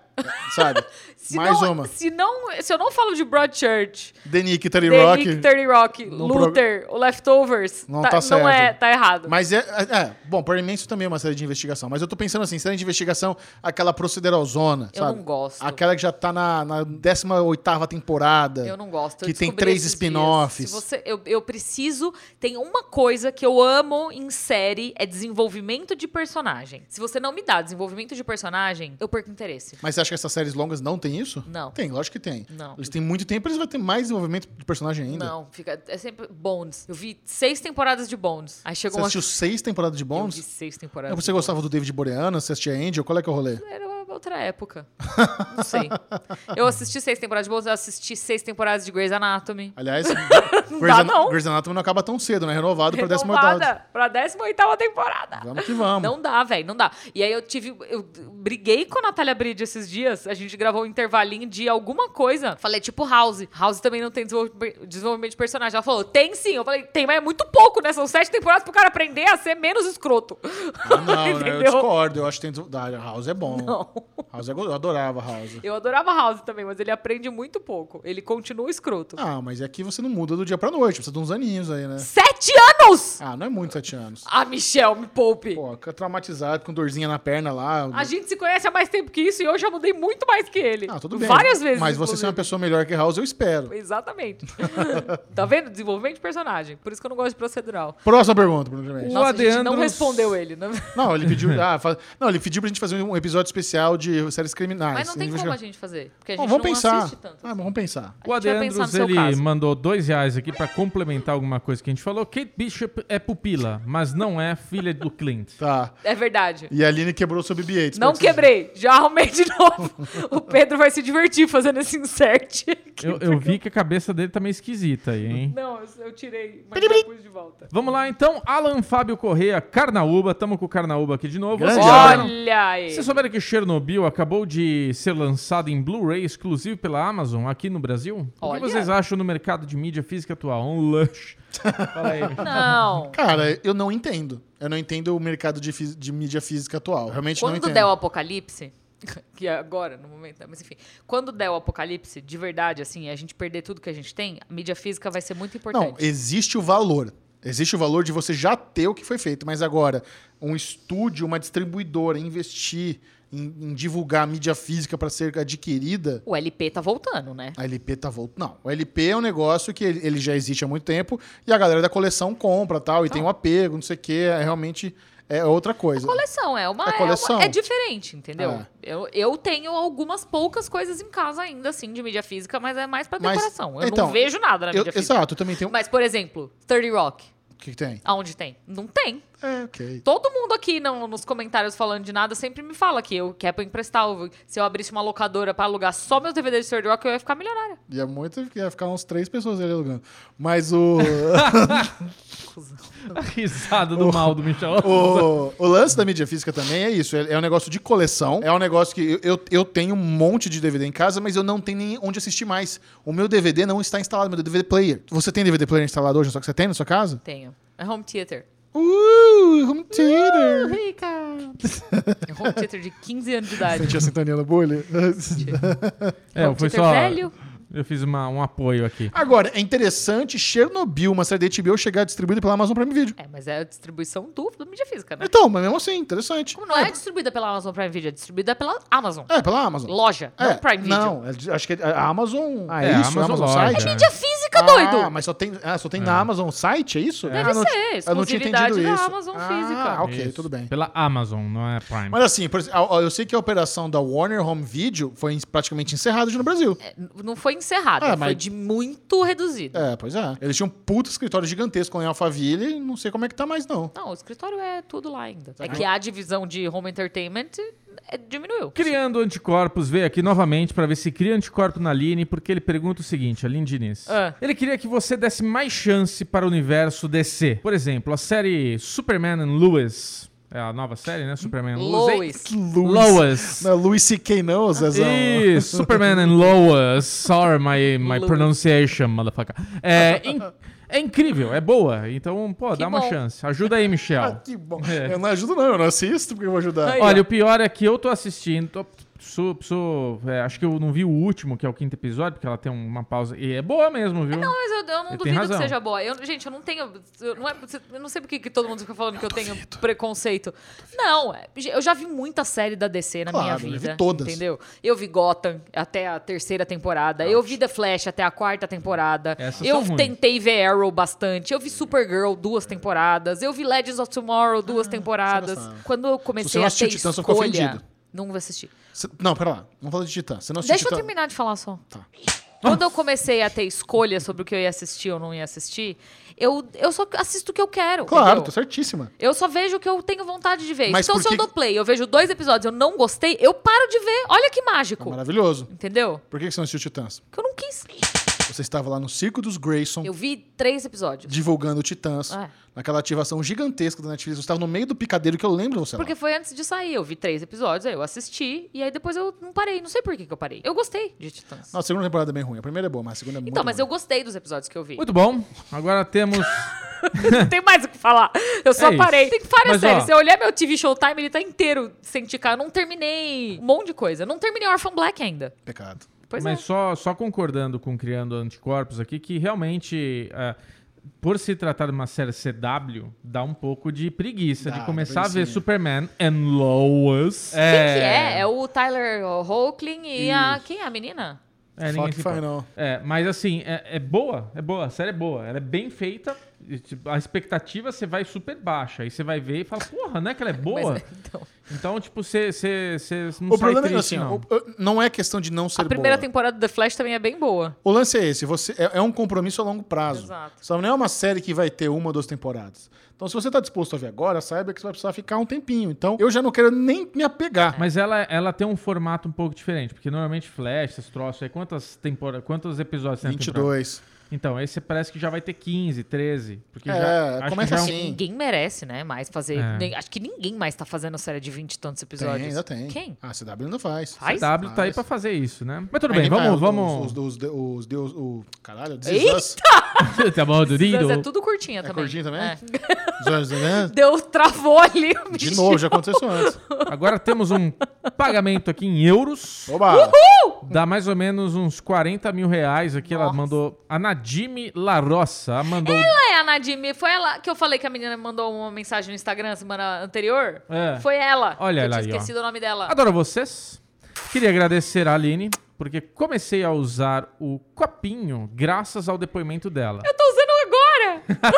sabe? Se Mais não- é- uma. Se, não, se eu não falo de Broadchurch, The Nick, Terry The Rock. Nick, 30 Rock, Não Luther, o Leftovers, Não tá, tá certo. não é, tá errado. Mas é, é, é, Bom, Perry Manson também é uma série de investigação. Mas eu tô pensando assim, série de investigação, aquela procederalzona, Eu não sabe? gosto. Aquela que já tá na, na 18ª temporada. eu não gosto. eu Que tem descobri três esses spin-offs. dias. Se você, eu, eu preciso. Tem uma coisa que eu amo em série: é desenvolvimento de personagem. Se você não me dá desenvolvimento de personagem, eu perco interesse. Mas você acha que essas séries longas não tem isso? Não. Tem, lógico que tem. Não. Eles têm muito tempo, eles vão ter mais desenvolvimento de personagem ainda. Não, fica. É sempre Bones. Eu vi seis temporadas de Bones. Aí chegou Você uma. assistiu seis temporadas de Eu vi Bones? seis temporadas. Você de gostava do David Boreana? Você assistia Angel? Qual é que é o rolê? Era outra época. Não sei. Eu assisti seis temporadas de Bones, eu assisti seis temporadas de Grey's Anatomy. Aliás, dá, Grey's, não. Grey's Anatomy não acaba tão cedo, né? Renovado pra 18 Renovada pra 18 temporada. Vamos que vamos. Não dá, velho, não dá. E aí eu tive. Eu briguei com a Natália Bride esses dias. A gente gravou um intervalinho de alguma coisa. Falei, tipo, House. House também não tem desenvolve- desenvolvimento de personagem. Ela falou, tem sim. Eu falei, tem, mas é muito pouco, né? São sete temporadas pro cara aprender a ser menos escroto. Ah, não, eu Entendeu? discordo. Eu acho que tem... Ah, House é bom. Não. House é go- Eu adorava House. Eu adorava House também, mas ele aprende muito pouco. Ele continua escroto. Ah, mas é que você não muda do dia pra noite. Precisa de uns aninhos aí, né? Sete anos! Ah, não é muito sete anos. Ah, Michel, me poupe. Pô, fica traumatizado, com dorzinha na perna lá. A gente se conhece há mais tempo que isso e eu já mudei muito mais que ele. Ah, tudo bem. Várias vezes. Mas você ser uma inclusive. pessoa melhor que House, eu espero. Exatamente. tá vendo? Desenvolvimento de personagem. Por isso que eu não gosto de procedural. Próxima pergunta, Bruno Clemente. O Nossa, a gente não Adeandros- respondeu ele. né? Não, ele pediu. ah, fa- Não, ele pediu pra gente fazer um episódio especial de séséries criminais. Mas não tem como a Investiga- gente fazer. Porque a Bom, gente vamos não pensar. assiste tanto. assim. Ah, mas vamos pensar. O A gente vai pensar Adeandros, no seu ele caso. mandou dois reais aqui pra complementar alguma coisa que a gente falou. Kate Bishop é pupila, mas não é filha do Clint. Tá. É E verdade. a tipo assim. Aline quebrou seu BB-8. Não pode ser. quebrei. Já arrumei de novo. o Pedro vai se divertir fazendo esse insert. aqui. Eu, eu vi que a cabeça dele tá meio esquisita aí, hein? Não, eu, eu tirei, mas já pus de volta. Vamos lá então, Alan Fábio Correia, Carnaúba, tamo com o Carnaúba aqui de novo. Grande Vocês souberam- Alan. Olha aí. Vocês souberam que Chernobyl acabou de ser lançado em Blu-ray exclusivo pela Amazon aqui no Brasil? Olha. O que vocês acham no mercado de mídia física atual? Um luxo. Fala aí. Não. Cara, eu não entendo. Eu não entendo o mercado de, fis- de mídia física atual. Realmente não Quando entendo. der o apocalipse, que é agora, no momento, né? mas enfim, quando der o apocalipse, de verdade, assim, a gente perder tudo que a gente tem, a mídia física vai ser muito importante. Não, existe o valor. Existe o valor de você já ter o que foi feito. Mas agora, um estúdio, uma distribuidora investir em, em divulgar a mídia física para ser adquirida. O LP tá voltando, né? A LP tá voltando. Não, o LP é um negócio que ele Ah. ele já existe há muito tempo e a galera da coleção compra tal, e tem um apego, não sei o quê. É realmente. é outra coisa. Coleção, é uma. É coleção. É, uma- é diferente, entendeu? É. Eu, eu tenho algumas poucas coisas em casa ainda, assim, de mídia física, mas é mais pra Mas, decoração. eu então, não vejo nada na Eu- mídia física. exato, eu também tenho. Mas, por exemplo, 30 Rock. O que, que tem? Aonde tem? Não tem. É, ok. Todo mundo aqui não- nos comentários falando de nada sempre me fala que eu quero emprestar. eu- Se eu abrisse uma locadora pra alugar só meus DVDs de 30 Rock, eu ia ficar milionária. Ia é muito, ia ficar uns três pessoas ali alugando. Mas o. A risada do mal do Michel. O, o lance da mídia física também é isso. É, é um negócio de coleção. É um negócio que eu, eu, eu tenho um monte de DVD em casa, mas eu não tenho nem onde assistir mais. O meu DVD não está instalado, meu DVD player. Você tem DVD player instalado hoje, só que você tem na sua casa? Tenho. É home theater. Uh, home theater! Rica! É home theater de 15 anos de idade. Sentia a sintonia no bullying? É, Home foi theater só. velho. Eu fiz uma- um apoio aqui. Agora, é interessante Chernobyl, uma série da HBO, chegar distribuída pela Amazon Prime Video. É, mas é a distribuição do, do mídia física, né? Então, mas mesmo assim, interessante. Como não é distribuída pela Amazon Prime Video, é distribuída pela Amazon. É, pela Amazon. Loja, não Prime Video. Não, é- acho que é a Amazon. Ah, É, a Amazon loja. É Mídia física, doido! Ah, mas só tem, ah, só tem na Amazon site, é isso? Deve Ah, não ser, ti- eu não tinha exclusividade entendido da isso. Amazon ah, física. ok, Isso. tudo bem. Pela Amazon, não é Prime. Mas assim, por exemplo, a- a- eu sei que a operação da Warner Home Video foi em- praticamente encerrada já no Brasil. É, n- Não foi encerrada, Ah, foi mas- de muito reduzido. É, pois é. Eles tinham um puto escritório gigantesco lá em Alphaville, não sei como é que tá mais, não. Não, o escritório é tudo lá ainda. É que a divisão de home entertainment é, diminuiu. Criando anticorpos, veio aqui novamente pra ver se cria anticorpo na Aline, porque ele pergunta o seguinte, Aline Diniz. Ah. Ele queria que você desse mais chance para o universo DC. Por exemplo, a série Superman and Lewis. É a nova série, né? Superman and Lewis. Lois. Lois. Não, é Louis C.K. não, Zezão. Isso, Superman and Lois. Sorry, my, my Lois. pronunciation, motherfucker. É, in- é incrível, é boa. Então, pô, dá uma bom. chance. Ajuda aí, Ah, Michel. que bom. É. Eu não ajudo, não, eu não assisto, porque eu vou ajudar. Aí, Olha, ó. o pior é que eu tô assistindo. tô- sou- sou- é, acho que eu não vi o último, que é o quinto episódio, porque ela tem uma pausa. E é boa mesmo, viu? Não, mas eu, eu não Ele tem duvido que razão. seja boa. Eu- gente, eu não tenho. Eu não, é- eu não sei por que que todo mundo fica falando que eu tenho preconceito. Não, é, eu já vi muita série da DC na Claro, minha eu vida. vi todas. Entendeu? Eu vi Gotham até a terceira temporada. Eu vi The Flash até a quarta temporada. Essas eu são ruins. tentei ver Arrow bastante. Hum. Eu vi Supergirl duas temporadas. Eu vi Legends of Tomorrow duas temporadas. gostava. Quando eu Ah, Se você comecei não a assistiu ter Titãs, você ficou escolha... ofendido. Não vou assistir. Cê- não, pera lá. Vamos falar de Titã. Você não assistiu Deixa eu Titã? terminar de falar só. Tá. Quando eu comecei a ter escolha sobre o que eu ia assistir ou não ia assistir, eu, eu só assisto o que eu quero. Claro, tô entendeu? certíssima. Eu só vejo o que eu tenho vontade de ver. Mas então, por se eu que- dou play, eu vejo dois episódios, eu não gostei, eu paro de ver. Olha que mágico. Maravilhoso. Entendeu? Por que que você não assistiu Titãs? Porque eu não quis. Você estava lá no Circo dos Grayson. Eu vi três episódios. divulgando o Titãs, É. naquela ativação gigantesca da Netflix. Você estava no meio do picadeiro que eu lembro você. lá. Porque foi antes de sair. Eu vi três episódios, aí eu assisti, e aí depois eu não parei. Não sei por que, que eu parei. Eu gostei de Titãs. Nossa, a segunda temporada é bem ruim. A primeira é boa, mas a segunda é muito então, mas ruim. eu gostei dos episódios que eu vi. Muito bom. Agora temos. Não tem mais o que falar. Eu só É isso. parei. Tem várias Mas, séries. ó- Se eu olhar meu TV Showtime, ele tá inteiro sem ticar. Eu não terminei um monte de coisa. Eu não terminei Orphan Black ainda. Pecado. Pois Mas é. só, só concordando com Criando Anticorpos aqui, que realmente, ah, por se tratar de uma série CW, dá um pouco de preguiça Dá, de começar a ver preguicinha. Superman and Lois. Quem que é? É o Tyler Hoechlin e a... Quem é a menina? É, ninguém Fuck se importa. final. É, mas assim, é, é boa, é boa, a série é boa, ela é bem feita, e, tipo, a expectativa você vai super baixa, aí você vai ver e fala, porra, né, que ela é boa? Mas, então, Então, tipo, você, você, você não O sai problema é que, triste, assim, não. o- o- não é questão de não ser a primeira boa. temporada do The Flash também é bem boa. O lance é esse, você é, é um compromisso a longo prazo. Exato. Só não é uma série que vai ter uma ou duas temporadas. Então, se você está disposto a ver agora, saiba que você vai precisar ficar um tempinho. Então, eu já não quero nem me É. apegar. Mas ela, ela tem um formato um pouco diferente, porque normalmente Flash, esses troços aí, quantas tempora, quantos episódios tem na temporada? 22. Então, aí você parece que já vai ter 15, 13, porque É, já, acho começa que já assim. é um- Sim. Ninguém merece, né? Mais fazer... É. nem- acho que ninguém mais tá fazendo série de 20 e tantos Tem, episódios. ainda tem. Ah, Quem? A CW ainda faz. Faz? CW tá aí Faz. pra fazer isso, né? Mas tudo Aí bem, vai vamos, os- vamos... Os, os, os, os deus, o caralho, This Is Eita! Us. Tá bom, Dorido? Mas é tudo curtinha É também. curtinho também? É. Os- né? Deu, travou ali. o De bicho. novo, já aconteceu isso antes. Agora temos um pagamento aqui em euros. Oba! Dá mais ou menos uns 40 mil reais aqui. Ela Nossa. mandou. A Nadime Larossa. Ela mandou. É, a Nadime, foi ela que eu falei que a menina mandou uma mensagem no Instagram semana anterior? É. Foi ela. Olha que eu tinha ela aí, ó. Ah, esquecido o nome dela. Adoro vocês. Queria agradecer a Aline, porque comecei a usar o copinho graças ao depoimento dela. Eu tô usando agora!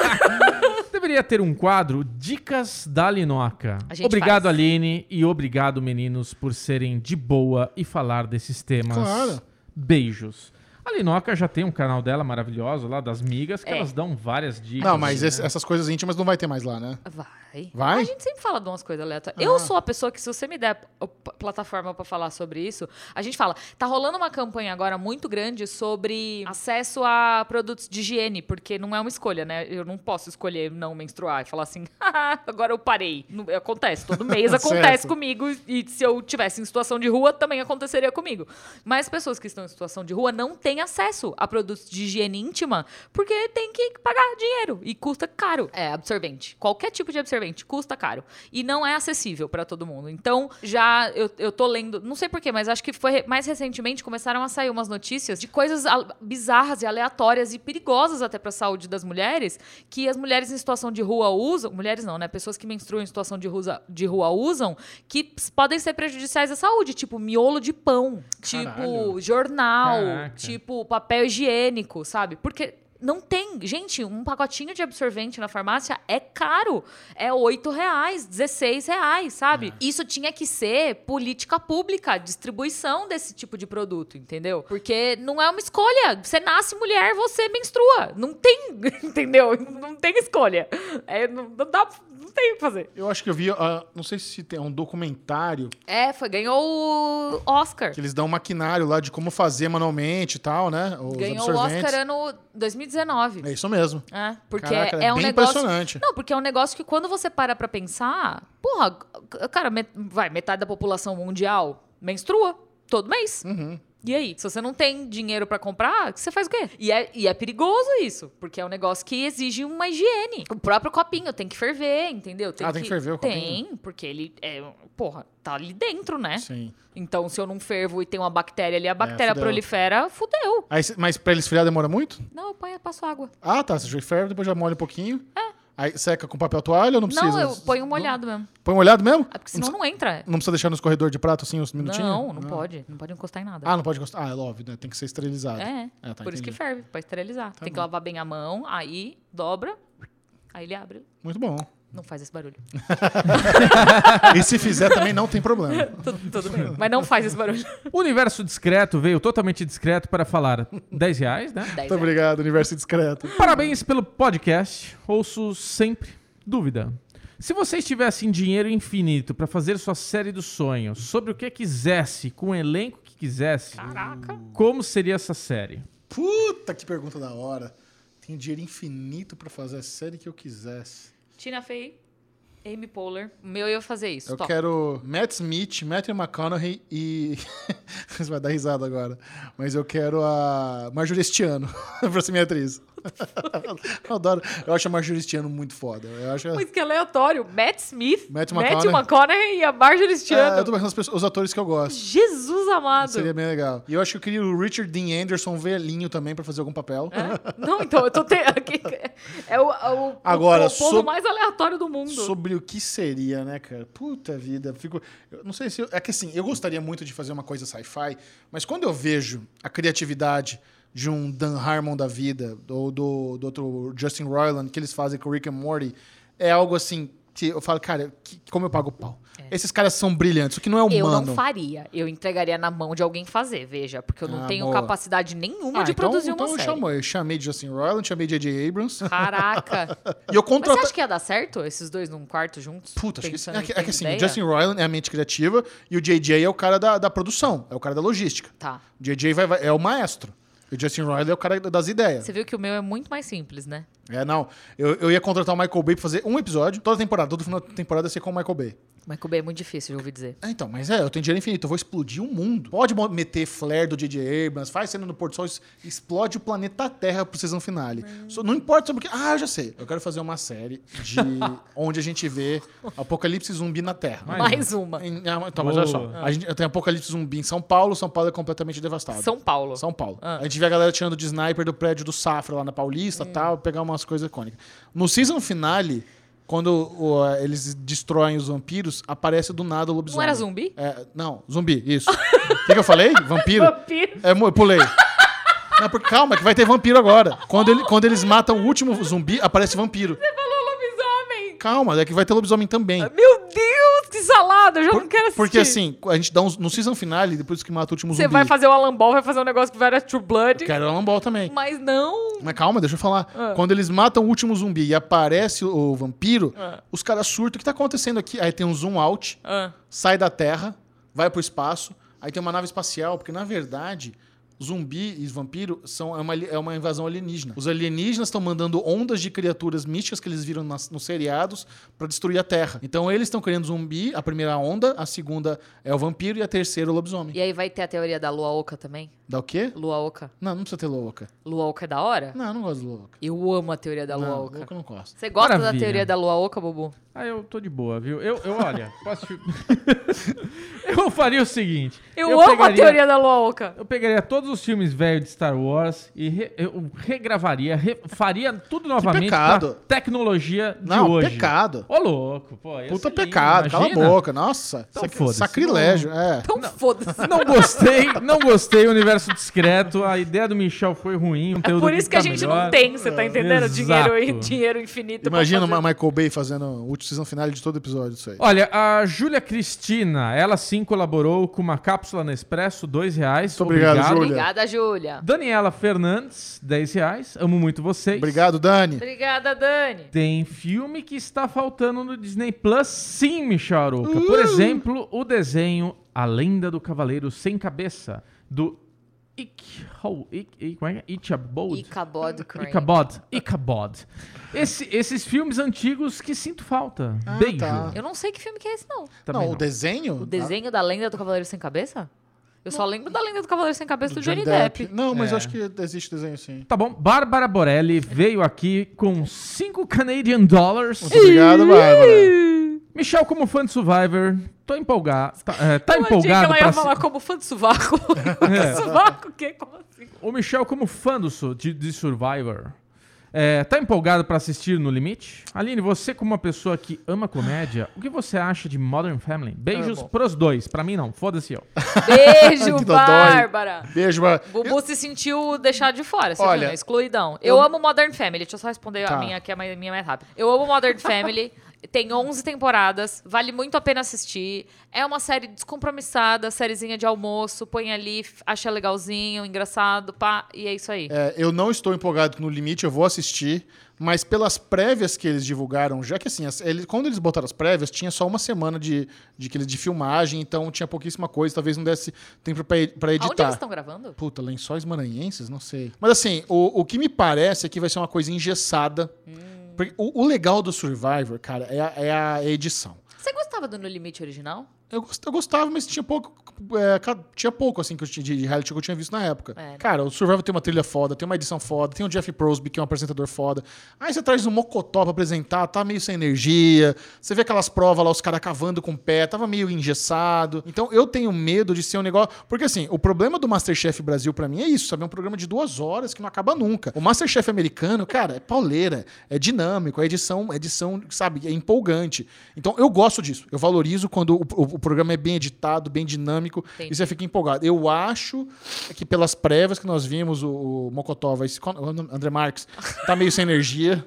Deve deveria ter um quadro Dicas da Linoca. A gente Obrigado, faz. Aline, e obrigado, meninos, por serem de boa e falar desses temas. Claro. Beijos. A Linoca já tem um canal dela maravilhoso lá, das migas, que É. elas dão várias dicas. Não, mas né? esse- essas coisas íntimas não vai ter mais lá, né? Vai. Vai? A gente sempre fala de umas coisas aleatórias. Ah. Eu sou a pessoa que, se você me der a p- plataforma pra falar sobre isso, a gente fala. Tá rolando uma campanha agora muito grande sobre acesso a produtos de higiene, porque não é uma escolha, né? Eu não posso escolher não menstruar e falar assim, "Haha, agora eu parei. Não- Acontece, todo mês acontece Certo. comigo. E se eu tivesse em situação de rua, também aconteceria comigo. Mas pessoas que estão em situação de rua não têm acesso a produtos de higiene íntima, porque tem que pagar dinheiro e custa caro. É, absorvente. Qualquer tipo de absorvente custa caro. E não é acessível para todo mundo. Então, já eu, eu tô lendo, não sei porquê, mas acho que foi re- mais recentemente começaram a sair umas notícias de coisas al- bizarras e aleatórias e perigosas até para a saúde das mulheres, que as mulheres em situação de rua usam, mulheres não, né? Pessoas que menstruam em situação de rua, de rua usam, que ps- podem ser prejudiciais à saúde, tipo miolo de pão, tipo Caralho. jornal, Caraca. tipo papel higiênico, sabe? Porque não tem. Gente, um pacotinho de absorvente na farmácia é caro. É 8 reais, 16 reais, sabe? Isso tinha que ser política pública, distribuição desse tipo de produto, entendeu? Porque não é uma escolha. Você nasce mulher, você menstrua. Não tem, entendeu? Não tem escolha. É, não, não dá. Não tem o que fazer. Eu acho que eu vi, ah, não sei se tem um documentário É, foi, ganhou o Oscar. que eles dão um maquinário lá de como fazer manualmente e tal, né? Os Ganhou o absorventes. Oscar ano 2019. É isso mesmo. É, porque Caraca, é, é um bem negócio. impressionante. Não, porque é um negócio que quando você para pra pensar, porra, c- cara, met- vai, metade da população mundial menstrua todo mês. Uhum, E aí, se você não tem dinheiro pra comprar, você faz o quê? E é, e é perigoso isso, porque é um negócio que exige uma higiene. O próprio copinho tem que ferver, entendeu? Ah, tem que ferver o copinho? Tem, porque ele é, porra, tá ali dentro, né? Sim. É, Então, se eu não fervo e tem uma bactéria ali, a bactéria fudeu. prolifera, fudeu. Aí cê- mas pra ele esfriar demora muito? Não, eu ponho, eu passo água. Ah, tá. Você ferve, depois já molha um pouquinho. Aí seca com papel toalha ou não precisa? É. não, eu ponho um molhado mesmo. Põe molhado mesmo? Ah, porque senão não entra. Não precisa deixar nos corredores de prato assim uns minutinhos? Não, não pode. Não pode encostar em nada. Ah, não pode gostar. Ah, é óbvio, né? Tem que ser esterilizado. é. Ah, tá, por isso que entendi. Tá ferve, pra esterilizar. Tem que lavar bem a mão, aí dobra, aí ele abre. Muito bom. Não faz esse barulho. E se fizer também não tem problema. tudo, tudo bem. Mas não faz esse barulho. O universo discreto veio totalmente discreto para falar 10 reais, né? Dez, Muito é. obrigado, Universo Discreto. Parabéns pelo podcast. Ouço sempre. Dúvida. Se vocês tivessem dinheiro infinito pra fazer sua série dos sonhos, sobre o que quisesse, com o elenco que quisesse, Caraca. como seria essa série? Puta que pergunta da hora. Tem dinheiro infinito pra fazer a série que eu quisesse. Tina Fey, Amy Poehler. O meu ia fazer isso. Eu Top. quero Matt Smith, Matthew McConaughey e. Você vai dar risada agora. Mas eu quero a Marjorie Este ano pra ser minha atriz. eu adoro. Eu acho a Marjorie Este ano muito foda. Eu acho. É, Mas que aleatório. Matt Smith, Matt Matthew McConaughey. McConaughey e a Marjorie É, Stiano. eu tô pensando nas pessoas- os atores que eu gosto. Jesus amado. Seria bem legal. E eu acho que eu queria o Richard Dean Anderson um velhinho também pra fazer algum papel. Não, então, eu tô te... É o, é o, Agora, o povo sob- mais aleatório do mundo. Sobre o que seria, né, cara? Puta vida, fico. Eu não sei se. eu- É que assim, eu gostaria muito de fazer uma coisa sci-fi, mas quando eu vejo a criatividade de um Dan Harmon da vida, ou do, do outro Justin Roiland, que eles fazem com o Rick and Morty, é algo assim que eu falo, cara, que- como eu pago pau? Esses caras são brilhantes, o que não é humano. É. Eu não faria. Eu entregaria na mão de alguém fazer, veja. Porque eu não Ah, tenho boa. capacidade nenhuma Ah, de então, produzir então uma eu série. chamo, eu chamei de Justin Roiland, chamei de J.J. Abrams. Caraca. e eu Mas você contratei. acha que ia dar certo esses dois num quarto juntos? Um Puta, acho que sim. Pensando É em que, é ter que assim, ideia? o Justin Roiland é a mente criativa e o JJ é o cara da, da produção, é o cara da logística. Tá. O JJ vai- vai- é o maestro. E o Justin Roiland é o cara das ideias. Você viu que o meu é muito mais simples, né? É, não. Eu, eu ia contratar o Michael Bay pra fazer um episódio, toda temporada, todo final da temporada ia ser com o Michael Bay. Mas Cuba é muito difícil de ouvir dizer. É, então, mas é, eu tenho dinheiro infinito, eu vou explodir o mundo. Pode mo- meter flare do J.J. Abrams, faz cena no Porto Sol, es- explode o planeta Terra pro season finale. Só- não importa sobre o que. Ah, eu já sei. Eu quero fazer uma série de onde a gente vê apocalipse zumbi na Terra. Mas- Mais uma. Em- ah, mas- Então, mas olha só. Boa. A gente tem apocalipse zumbi em São Paulo. São Paulo é completamente devastado. São Paulo. São Paulo. Ah. Hum. A gente vê a galera tirando de sniper do prédio do Safra lá na Paulista e tal, pegar umas coisas icônicas. No season finale, quando o, eh, eles destroem os vampiros, aparece do nada o lobisomem. Não era zumbi? É, não, zumbi, isso. O que, que eu falei? Vampiro? Vampiro. É, mo- eu pulei. Não, é porque, calma, que vai ter vampiro agora. Quando, ele- quando eles matam o último zumbi, aparece vampiro. Você falou Calma, é que vai ter lobisomem também. Meu Deus, que salada! Eu já não quero assistir. Porque assim, a gente dá uns. No season finale, depois que mata o último Você zumbi. vai fazer o Alan Ball, vai fazer um negócio que vai era True Blood. Quero Alan Ball também. Mas não. Mas calma, deixa eu falar. Quando eles matam o último zumbi e aparece o, o vampiro, os caras surtam. O que tá acontecendo aqui? Aí tem um zoom out, Ah. sai da Terra, vai pro espaço, aí tem uma nave espacial, porque na verdade. Zumbi e vampiro são é uma, ali- é uma invasão alienígena. Os alienígenas estão mandando ondas de criaturas místicas que eles viram nas- nos seriados pra destruir a Terra. Então eles estão criando zumbi, a primeira onda, a segunda é o vampiro e a terceira o lobisomem. E aí vai ter a teoria da lua oca também? Dá o quê? Lua oca. Não, não precisa ter louca. Lua oca é da hora? Não, eu não gosto de louca. Eu amo a teoria da lua Não, oca. louca eu não gosto. Você gosta da Maravilha. teoria da lua oca, Bubu? Ah, eu tô de boa, viu? Eu, eu olha, posso te... Eu faria o seguinte. Eu, amo a teoria da lua oca. Eu pegaria todos os filmes velhos de Star Wars e re- eu regravaria, re- faria tudo novamente pecado. com a tecnologia de Não, hoje. pecado. Ô, louco, pô. ia Puta ser lindo, pecado, cala a imagina. boca. Nossa, Então sac- foda-se. sacrilégio. É. Então foda-se. Não gostei, não gostei, universo discreto. A ideia do Michel foi ruim. o É conteúdo por isso que a tá gente melhor. não tem, você tá entendendo? Exato. Dinheiro, dinheiro infinito. pra Imagina Então o fazer. Michael Bay fazendo o último season final de todo episódio disso aí. Olha, a Júlia Cristina, ela sim colaborou com uma cápsula Nespresso, dois reais. Muito obrigado, Júlia. Obrigada, Júlia. Daniela Fernandes, 10 reais. Amo muito vocês. Obrigado, Dani. Obrigada, Dani. Tem filme que está faltando no Disney Plus, sim, Michel Arouca. Uh! Por exemplo, o desenho A Lenda do Cavaleiro Sem Cabeça, do Ichho- Ik- Ik- como é que é? Ichabod. Icabod Crane. Ichabod. Ichabod. Esse- esses filmes antigos que sinto falta. Ah, Beijo. tá. Eu não sei que filme que é esse, não. Também não, não. o desenho? O desenho da Lenda do Cavaleiro Sem Cabeça? Eu só lembro da Lenda do Cavaleiro Sem Ah, Cabeça do, Johnny Depp. Não, mas É. eu acho que existe desenho sim. Tá bom. Bárbara Borelli veio aqui com 5 Canadian Dollars. Muito obrigado, Bárbara. Michel, como fã de Survivor, tô empolgado. Tá, é, tá eu achei que empolgado ela pra ia se- falar como fã de sovaco. É. sovaco o quê? Como assim? O Michel, como fã do, Su- de, de Survivor, é, tá empolgado pra assistir No Limite? Aline, você como uma pessoa que ama comédia, o que você acha de Modern Family? Beijos Amo. pros dois. Pra mim não, foda-se eu. Que Beijo, dodói. Bárbara. Beijo, Bárbara. Bubu se sentiu deixado de fora, você Olha, viu, né? Excluidão. Eu, amo Modern Family. Deixa eu só responder Tá. a minha, que é a mais- minha mais rápida. Eu amo Modern Family. Tem 11 temporadas, vale muito a pena assistir. É uma série descompromissada, sériezinha de almoço, põe ali, f- acha legalzinho, engraçado, pá, e é isso aí. É, eu não estou empolgado no limite, eu vou assistir. Mas pelas prévias que eles divulgaram, já que assim, as- ele- quando eles botaram as prévias, tinha só uma semana de, de, que eles- de filmagem, então tinha pouquíssima coisa, talvez não desse tempo pra e- pra editar. Aonde eles estão gravando? Puta, lençóis maranhenses? Não sei. Mas assim, o, o que me parece é que vai ser uma coisa engessada. Porque O, o legal do Survivor, cara, é a, é a edição. Você gostava do No Limite original? Eu, gost- eu gostava, mas tinha pouco. é, ca- tinha pouco, assim, que eu, tinha- de de reality que eu tinha visto na época. É. Cara, o Survivor tem uma trilha foda, tem uma edição foda, tem o Jeff Prosby, que é um apresentador foda. Aí você traz um mocotó pra apresentar, tá meio sem energia. Você vê aquelas provas lá, os caras cavando com o pé, tava meio engessado. Então eu tenho medo de ser um negócio. Porque assim, o problema do Masterchef Brasil pra mim é isso, sabe? É um programa de duas horas que não acaba nunca. O Masterchef americano, cara, é pauleira, é dinâmico, é edição, é edição, sabe, é empolgante. Então eu gosto disso. Eu valorizo quando o, o- o programa é bem editado, bem dinâmico Entendi. e você fica empolgado. Eu acho que pelas prévias que nós vimos, o, o Mocotó vai se. qual- o nome? André Marques tá meio sem energia.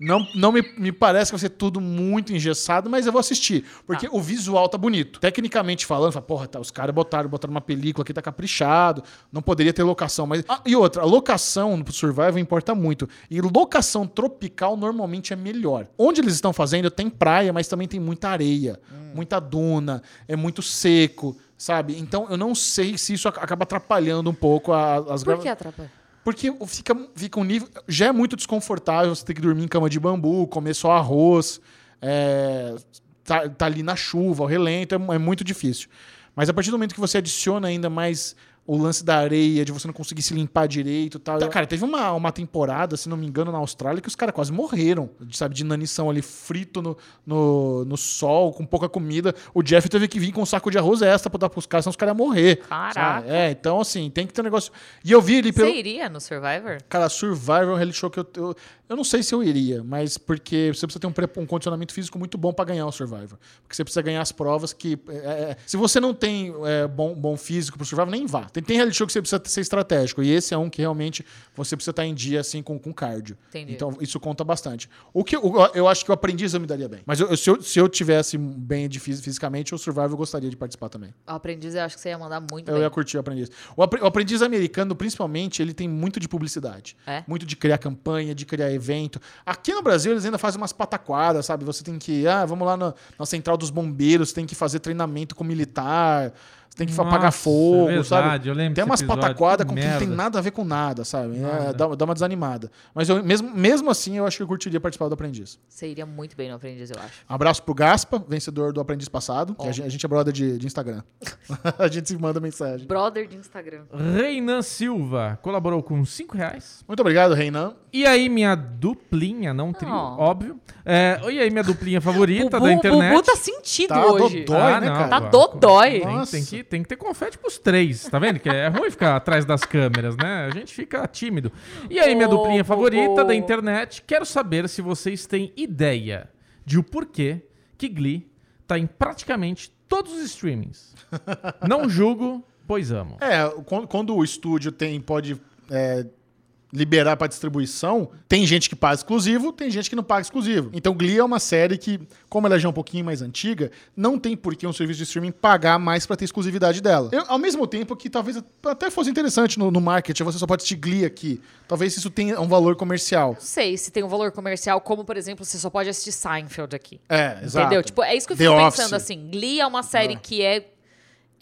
Não, não me, me parece que vai ser tudo muito engessado, mas eu vou assistir. Porque o visual tá bonito. Tecnicamente falando, fala, porra, tá, os caras botaram, botaram uma película aqui, tá caprichado. Não poderia ter locação. mas Ah, E outra, a locação no Survival importa muito. E locação tropical normalmente é melhor. Onde eles estão fazendo, tem praia, mas também tem muita areia, muita duna, é muito seco, sabe? Então eu não sei se isso ac- acaba atrapalhando um pouco a- as Por grava- que atrapalha? porque o- fica, fica um nível. Já é muito desconfortável você ter que dormir em cama de bambu, comer só arroz, é, tá, tá ali na chuva, ao relento, é, mu- é muito difícil. Mas a partir do momento que você adiciona ainda mais o lance da areia, de você não conseguir se limpar direito e tal. Tá, Cara, teve uma, uma temporada, se não me engano, na Austrália, que os caras quase morreram, de- sabe, de inanição ali, frito no, no, no sol, com pouca comida. O Jeff teve que vir com um saco de arroz extra pra dar pros caras, senão os caras iam morrer. sabe? Caraca. É, então assim, tem que ter um negócio. E eu vi ele pelo. Você iria no Survivor? Cara, Survivor é um reality show que eu, eu. eu não sei se eu iria, mas porque você precisa ter um, pre- um condicionamento físico muito bom pra ganhar o Survivor. Porque você precisa ganhar as provas que. é, é, se você não tem é, bom, bom é, físico pro Survivor, nem vá. Tem Tem, tem reality show que você precisa ser estratégico. E esse é um que realmente você precisa estar em dia, assim, com, com cardio. Entendi. Então, isso conta bastante. O que eu, eu acho que o aprendiz eu me daria bem. Mas eu- eu- se, eu, se eu tivesse bem de fis- fisicamente, o Survivor eu gostaria de participar também. O aprendiz, eu acho que você ia mandar muito Eu bem. ia curtir o aprendiz. O, apre- o aprendiz americano, principalmente, ele tem muito de publicidade. É? Muito de criar campanha, de criar evento. Aqui no Brasil, eles ainda fazem umas pataquadas, sabe? Você tem que. Ah, vamos lá na, na central dos bombeiros, tem que fazer treinamento com militar, você tem que fa- apagar Nossa, fogo, é sabe? verdade, eu lembro Tem desse umas episódio, pataquadas que com que não tem merda. nada a ver com nada, sabe? É, Nada. dá, dá uma desanimada. Mas eu, mesmo, mesmo assim, eu acho que eu curtiria participar do aprendiz. Um Você iria muito bem no aprendiz, eu acho. Abraço pro Gaspa, vencedor do Aprendiz Passado. que Ó. A, gente, a gente é brother de, de Instagram. a gente se manda mensagem. Brother de Instagram. Reinan Silva colaborou com 5 reais. Muito obrigado, Reinan. E aí, minha duplinha, não trio, Oh. Não. óbvio. É, e aí, minha duplinha favorita Bubu- da internet. Bubu tá sentido Tá hoje. dodói, né, cara? Tá dodói. Tem, Nossa. assim? tem que, tem que ter confete pros três, tá vendo? Que é ruim ficar atrás das câmeras, né? A gente fica tímido. E aí, minha Ô, duplinha favorita Bubu. da internet, quero saber se vocês têm ideia de o porquê que Glee tá em praticamente todos os streamings. Não julgo, pois amo. É, quando, quando o estúdio tem, pode é, liberar pra distribuição, tem gente que paga exclusivo, tem gente que não paga exclusivo. Então, Glee é uma série que, como ela já é um pouquinho mais antiga, não tem por que um serviço de streaming pagar mais pra ter exclusividade dela. Eu- ao mesmo tempo que talvez até fosse interessante no, no marketing, você só pode assistir Glee aqui. Talvez isso tenha um valor comercial. Não sei se tem um valor comercial, como, por exemplo, você só pode assistir Seinfeld aqui. É, exato. Entendeu? Tipo, é isso que eu The fico Office. Ah. pensando, assim. Glee é uma série que é,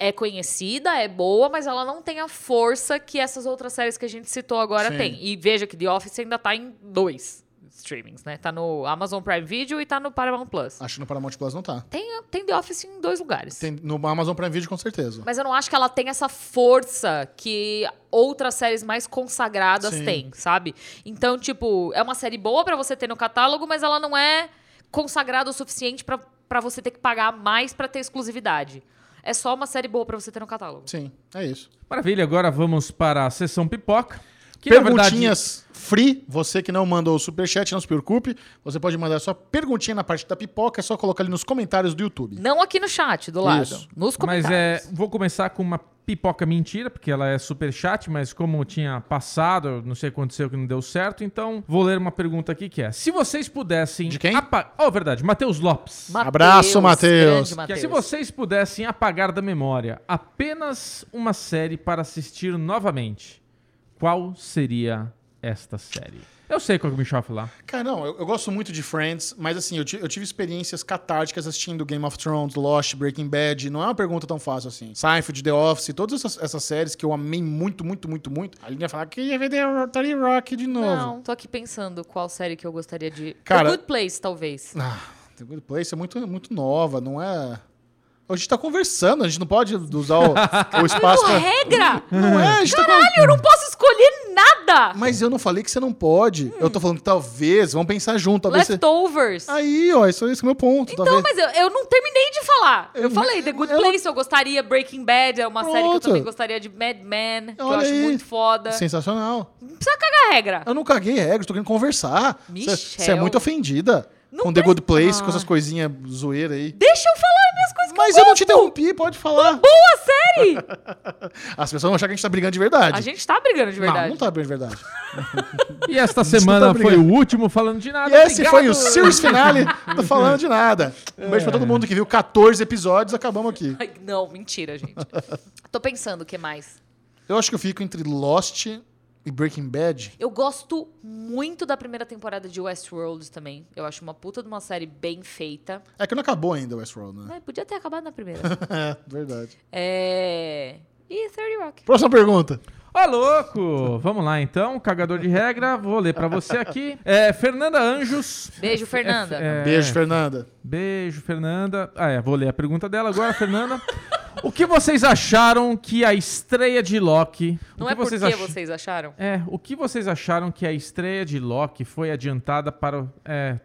é conhecida, é boa, mas ela não tem a força que essas outras séries que a gente citou agora Sim. têm. E veja que The Office ainda tá em dois streamings, né? Tá no Amazon Prime Video e tá no Paramount Plus. Acho que no Paramount Plus não tá. Tem, tem The Office em dois lugares. Ah. Tem no Amazon Prime Video, com certeza. Mas eu não acho que ela tem essa força que outras séries mais consagradas Sim. têm, sabe? Então, tipo, é uma série boa pra você ter no catálogo, mas ela não é consagrada o suficiente pra- pra você ter que pagar mais pra ter exclusividade. É só uma série boa pra você ter no catálogo. Sim, é isso. Maravilha, agora vamos para a sessão pipoca. Que na verdade Perguntinhas free, você que não mandou o superchat, não se preocupe. Você pode mandar sua perguntinha na parte da pipoca, é só colocar ali nos comentários do YouTube. Não aqui no chat, do lado. Isso. Nos Mas é, comentários. vou começar com uma pipoca mentira, porque ela é super chat, mas como tinha passado, eu não sei o que aconteceu que não deu certo, então vou ler uma pergunta aqui que é: se vocês pudessem De quem? apa- Oh, verdade, Matheus Lopes. Mateus, Abraço, Mateus. grande Que é, Mateus. se vocês pudessem apagar da memória apenas uma série para assistir novamente, qual seria esta série? Eu sei qual que o Michel vai falar. Cara, não, eu, eu gosto muito de Friends, mas assim, eu, ti- eu tive experiências catárticas assistindo Game of Thrones, Lost, Breaking Bad. Não é uma pergunta tão fácil assim. Seinfeld, The Office, todas essas, essas séries que eu amei muito, muito, muito, muito. A Aline ia falar que ia ver The Tony Rock de novo. Não, tô aqui pensando qual série que eu gostaria de... Cara- The Good Place, talvez. Ah, The Good Place é muito, muito nova, não é. A gente tá conversando, a gente não pode usar o, o espaço. Não, pra- regra! Não é, a gente tá Caralho, eu não posso escolher nada! Mas eu não falei que você não pode. Eu tô falando que talvez, vamos pensar junto. Talvez você... Leftovers. Aí, ó, isso, esse é o meu ponto. Então, talvez... mas eu, eu não terminei de falar. Eu, Eu- falei The Good eu- Place, eu gostaria. Breaking Bad é uma série que eu Pronto. também gostaria de. Mad Men, que eu Olha acho aí. muito foda. Sensacional. Não precisa cagar a regra. Eu não caguei regras, tô querendo conversar. Michel. Você você é muito ofendida. Não com The Good Place, Ah. com essas coisinhas zoeiras aí. Deixa eu falar minhas coisas Mas que eu eu não te gosto. interrompi, pode falar. Boa série! As pessoas vão achar que a gente tá brigando de verdade. a gente tá brigando de verdade. Não, não tá brigando de verdade. E esta Isso semana tá foi brigando. o último falando de Ah, nada. E esse foi o obrigado. Series Finale. Tô falando de nada. Um beijo pra todo mundo que viu 14 episódios, acabamos aqui. Ai, não, mentira, gente. Tô pensando o que mais. Eu acho que eu fico entre Lost e Breaking Bad. Eu gosto muito da primeira temporada de Westworld também. Eu acho uma puta de uma série bem feita. É que não acabou ainda Westworld, né? Ai, podia ter acabado na primeira. É, verdade. é. E 30 Rock. Próxima pergunta. Ô, louco! Vamos lá, então. Cagador de regra, vou ler pra você aqui. É, Fernanda Anjos. Beijo, Fernanda. É, Beijo, Fernanda. Beijo, Fernanda. Ah, é, vou ler a pergunta dela agora, Fernanda. O que vocês acharam que a estreia de Loki... o Não que é porque ach- vocês acharam? É, o que vocês acharam que a estreia de Loki foi adiantada para... o- É,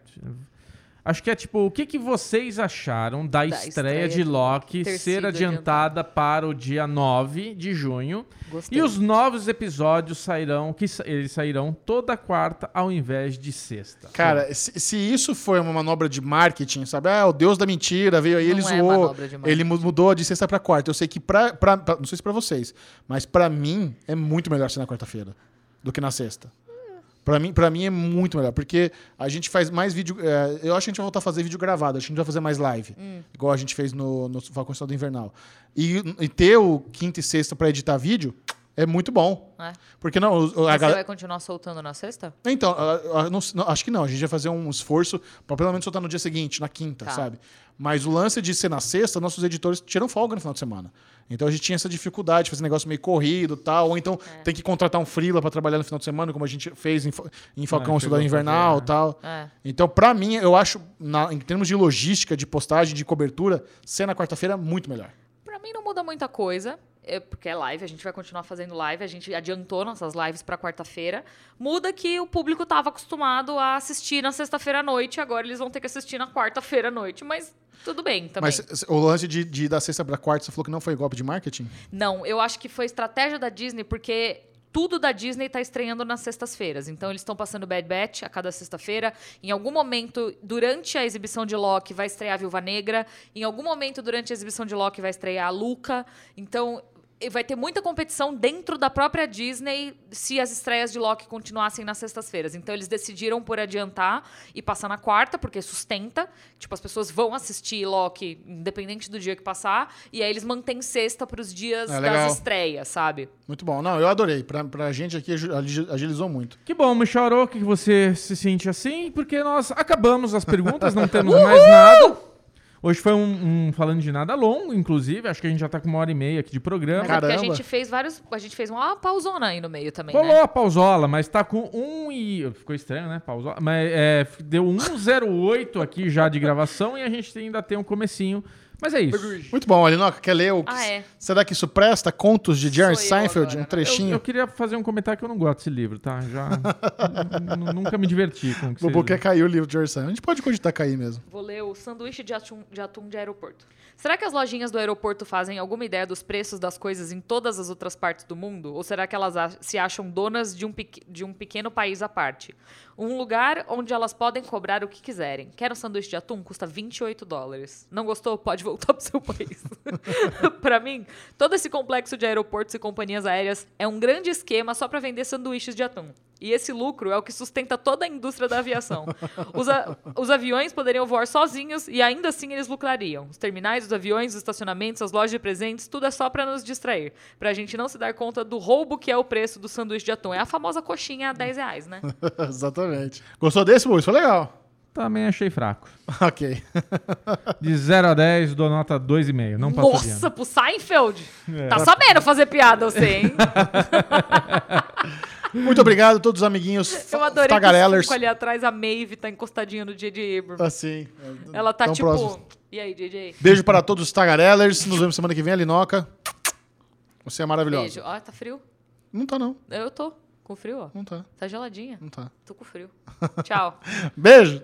Acho que é tipo, o que, que vocês acharam da, estreia, de Loki ter ser sido adiantada para o dia 9 de junho? Gostei. E os novos episódios sairão, que sa- eles sairão toda quarta ao invés de sexta. Cara, se, se isso foi uma manobra de marketing, sabe? Ah, o deus da mentira veio aí, Não ele é zoou. manobra de marketing. Ele mu- mudou de sexta pra quarta. Eu sei que pra, pra, pra- Não sei se pra vocês, mas pra mim é muito melhor ser na quarta-feira do que na sexta. Pra mim, pra mim é muito melhor, porque a gente faz mais vídeo. é, eu acho que a gente vai voltar a fazer vídeo gravado, acho que a gente vai fazer mais live. Hum. Igual a gente fez no, no Falcão Estado Invernal. E, e ter o quinta e sexta pra editar vídeo é muito bom. É. Porque não, o- o- a Você galera. vai continuar soltando na sexta? Então, a- a- não s- não, acho que não. A gente vai fazer um esforço pra pelo menos soltar no dia seguinte, na quinta, Tá. sabe? Mas o lance de ser na sexta, nossos editores tiram folga no final de semana. Então a gente tinha essa dificuldade de fazer negócio meio corrido e tal. Ou então É. tem que contratar um freela pra trabalhar no final de semana, como a gente fez em, Fa- em Falcão Ah, Estudar chegou a Invernal e fazer, né? tal. É. Então, pra mim, eu acho, na- em termos de logística, de postagem, de cobertura, ser na quarta-feira é muito melhor. Pra mim não muda muita coisa, é, porque é live, a gente vai continuar fazendo live, a gente adiantou nossas lives pra quarta-feira. Muda que o público tava acostumado a assistir na sexta-feira à noite, agora eles vão ter que assistir na quarta-feira à noite, mas tudo bem também. Mas s- o lance de, de ir da sexta pra quarta, você falou que não foi golpe de marketing? Não, eu acho que foi estratégia da Disney, porque tudo da Disney tá estreando nas sextas-feiras. Então eles estão passando Bad Batch a cada sexta-feira. Em algum momento, durante a exibição de Loki, vai estrear a Viúva Negra. Em algum momento, durante a exibição de Loki, vai estrear a Luca. Então. e Vai ter muita competição dentro da própria Disney se as estreias de Loki continuassem nas sextas-feiras. Então eles decidiram por adiantar e passar na quarta, porque sustenta. Tipo, as pessoas vão assistir Loki, independente do dia que passar. E aí eles mantêm sexta para os dias Ah, legal. das estreias, sabe? Muito bom. Não, eu adorei. Pra, pra gente aqui aju- agi- agilizou muito. Que bom, Michorô, que você se sente assim, porque nós acabamos as perguntas, não temos mais nada. Hoje foi um, um falando de nada longo, inclusive. Acho que a gente já tá com uma hora e meia aqui de programa. Mas é porque a Caramba. gente fez vários. A gente fez uma pausona aí no meio também, Rolou né? a pausola, mas tá com um e. Ficou estranho, né? Pausola. Mas é, deu 1,08 aqui já de gravação e a gente ainda tem um comecinho. Mas é isso. Muito bom, Alinoca. Quer ler o que... Ah, é. Será que isso presta? Contos de Jerry Sou eu Seinfeld, agora, um né? Eu, trechinho. eu queria fazer um comentário que eu não gosto desse livro, tá? Já. n- n- nunca me diverti com o que O vocês- Bubu quer cair o livro de Jerry Seinfeld. A gente pode cogitar cair mesmo. Vou ler o sanduíche de atum, de atum de aeroporto. Será que as lojinhas do aeroporto fazem alguma ideia dos preços das coisas em todas as outras partes do mundo? Ou será que elas a- se acham donas de um, pequ- de um pequeno país à parte? Um lugar onde elas podem cobrar o que quiserem. Quer um sanduíche de atum? Custa 28 dólares. Não gostou? Pode voltar pro seu país. Pra mim, todo esse complexo de aeroportos e companhias aéreas é um grande esquema só pra vender sanduíches de atum. E esse lucro é o que sustenta toda a indústria da aviação. Os, a- os aviões poderiam voar sozinhos e ainda assim eles lucrariam. Os terminais, os aviões, os estacionamentos, as lojas de presentes, tudo é só pra nos distrair. Pra gente não se dar conta do roubo que é o preço do sanduíche de atum. É a famosa coxinha a 10 reais, né? Exatamente. Gostou desse, Bubu? Isso foi legal. Também achei fraco. ok. De 0 a 10, dou nota 2,5. Não passou de ano. Nossa, pro Seinfeld! Tá sabendo fazer piada você, hein? Muito obrigado a todos os amiguinhos Eu adorei que os tagarelers. cinco ali atrás, a Maeve tá encostadinha no DJ Abrams. Assim. Ela tá Tão tipo. próximos. E aí, DJ? Beijo para todos os tagarelers. Nos vemos semana que vem, Alinoca. Você é maravilhosa. Beijo. Ó, tá frio? Não tá, não. Eu tô com frio, ó. Não tá. Tá geladinha. Não tá. Tô com frio. Tchau. Beijo.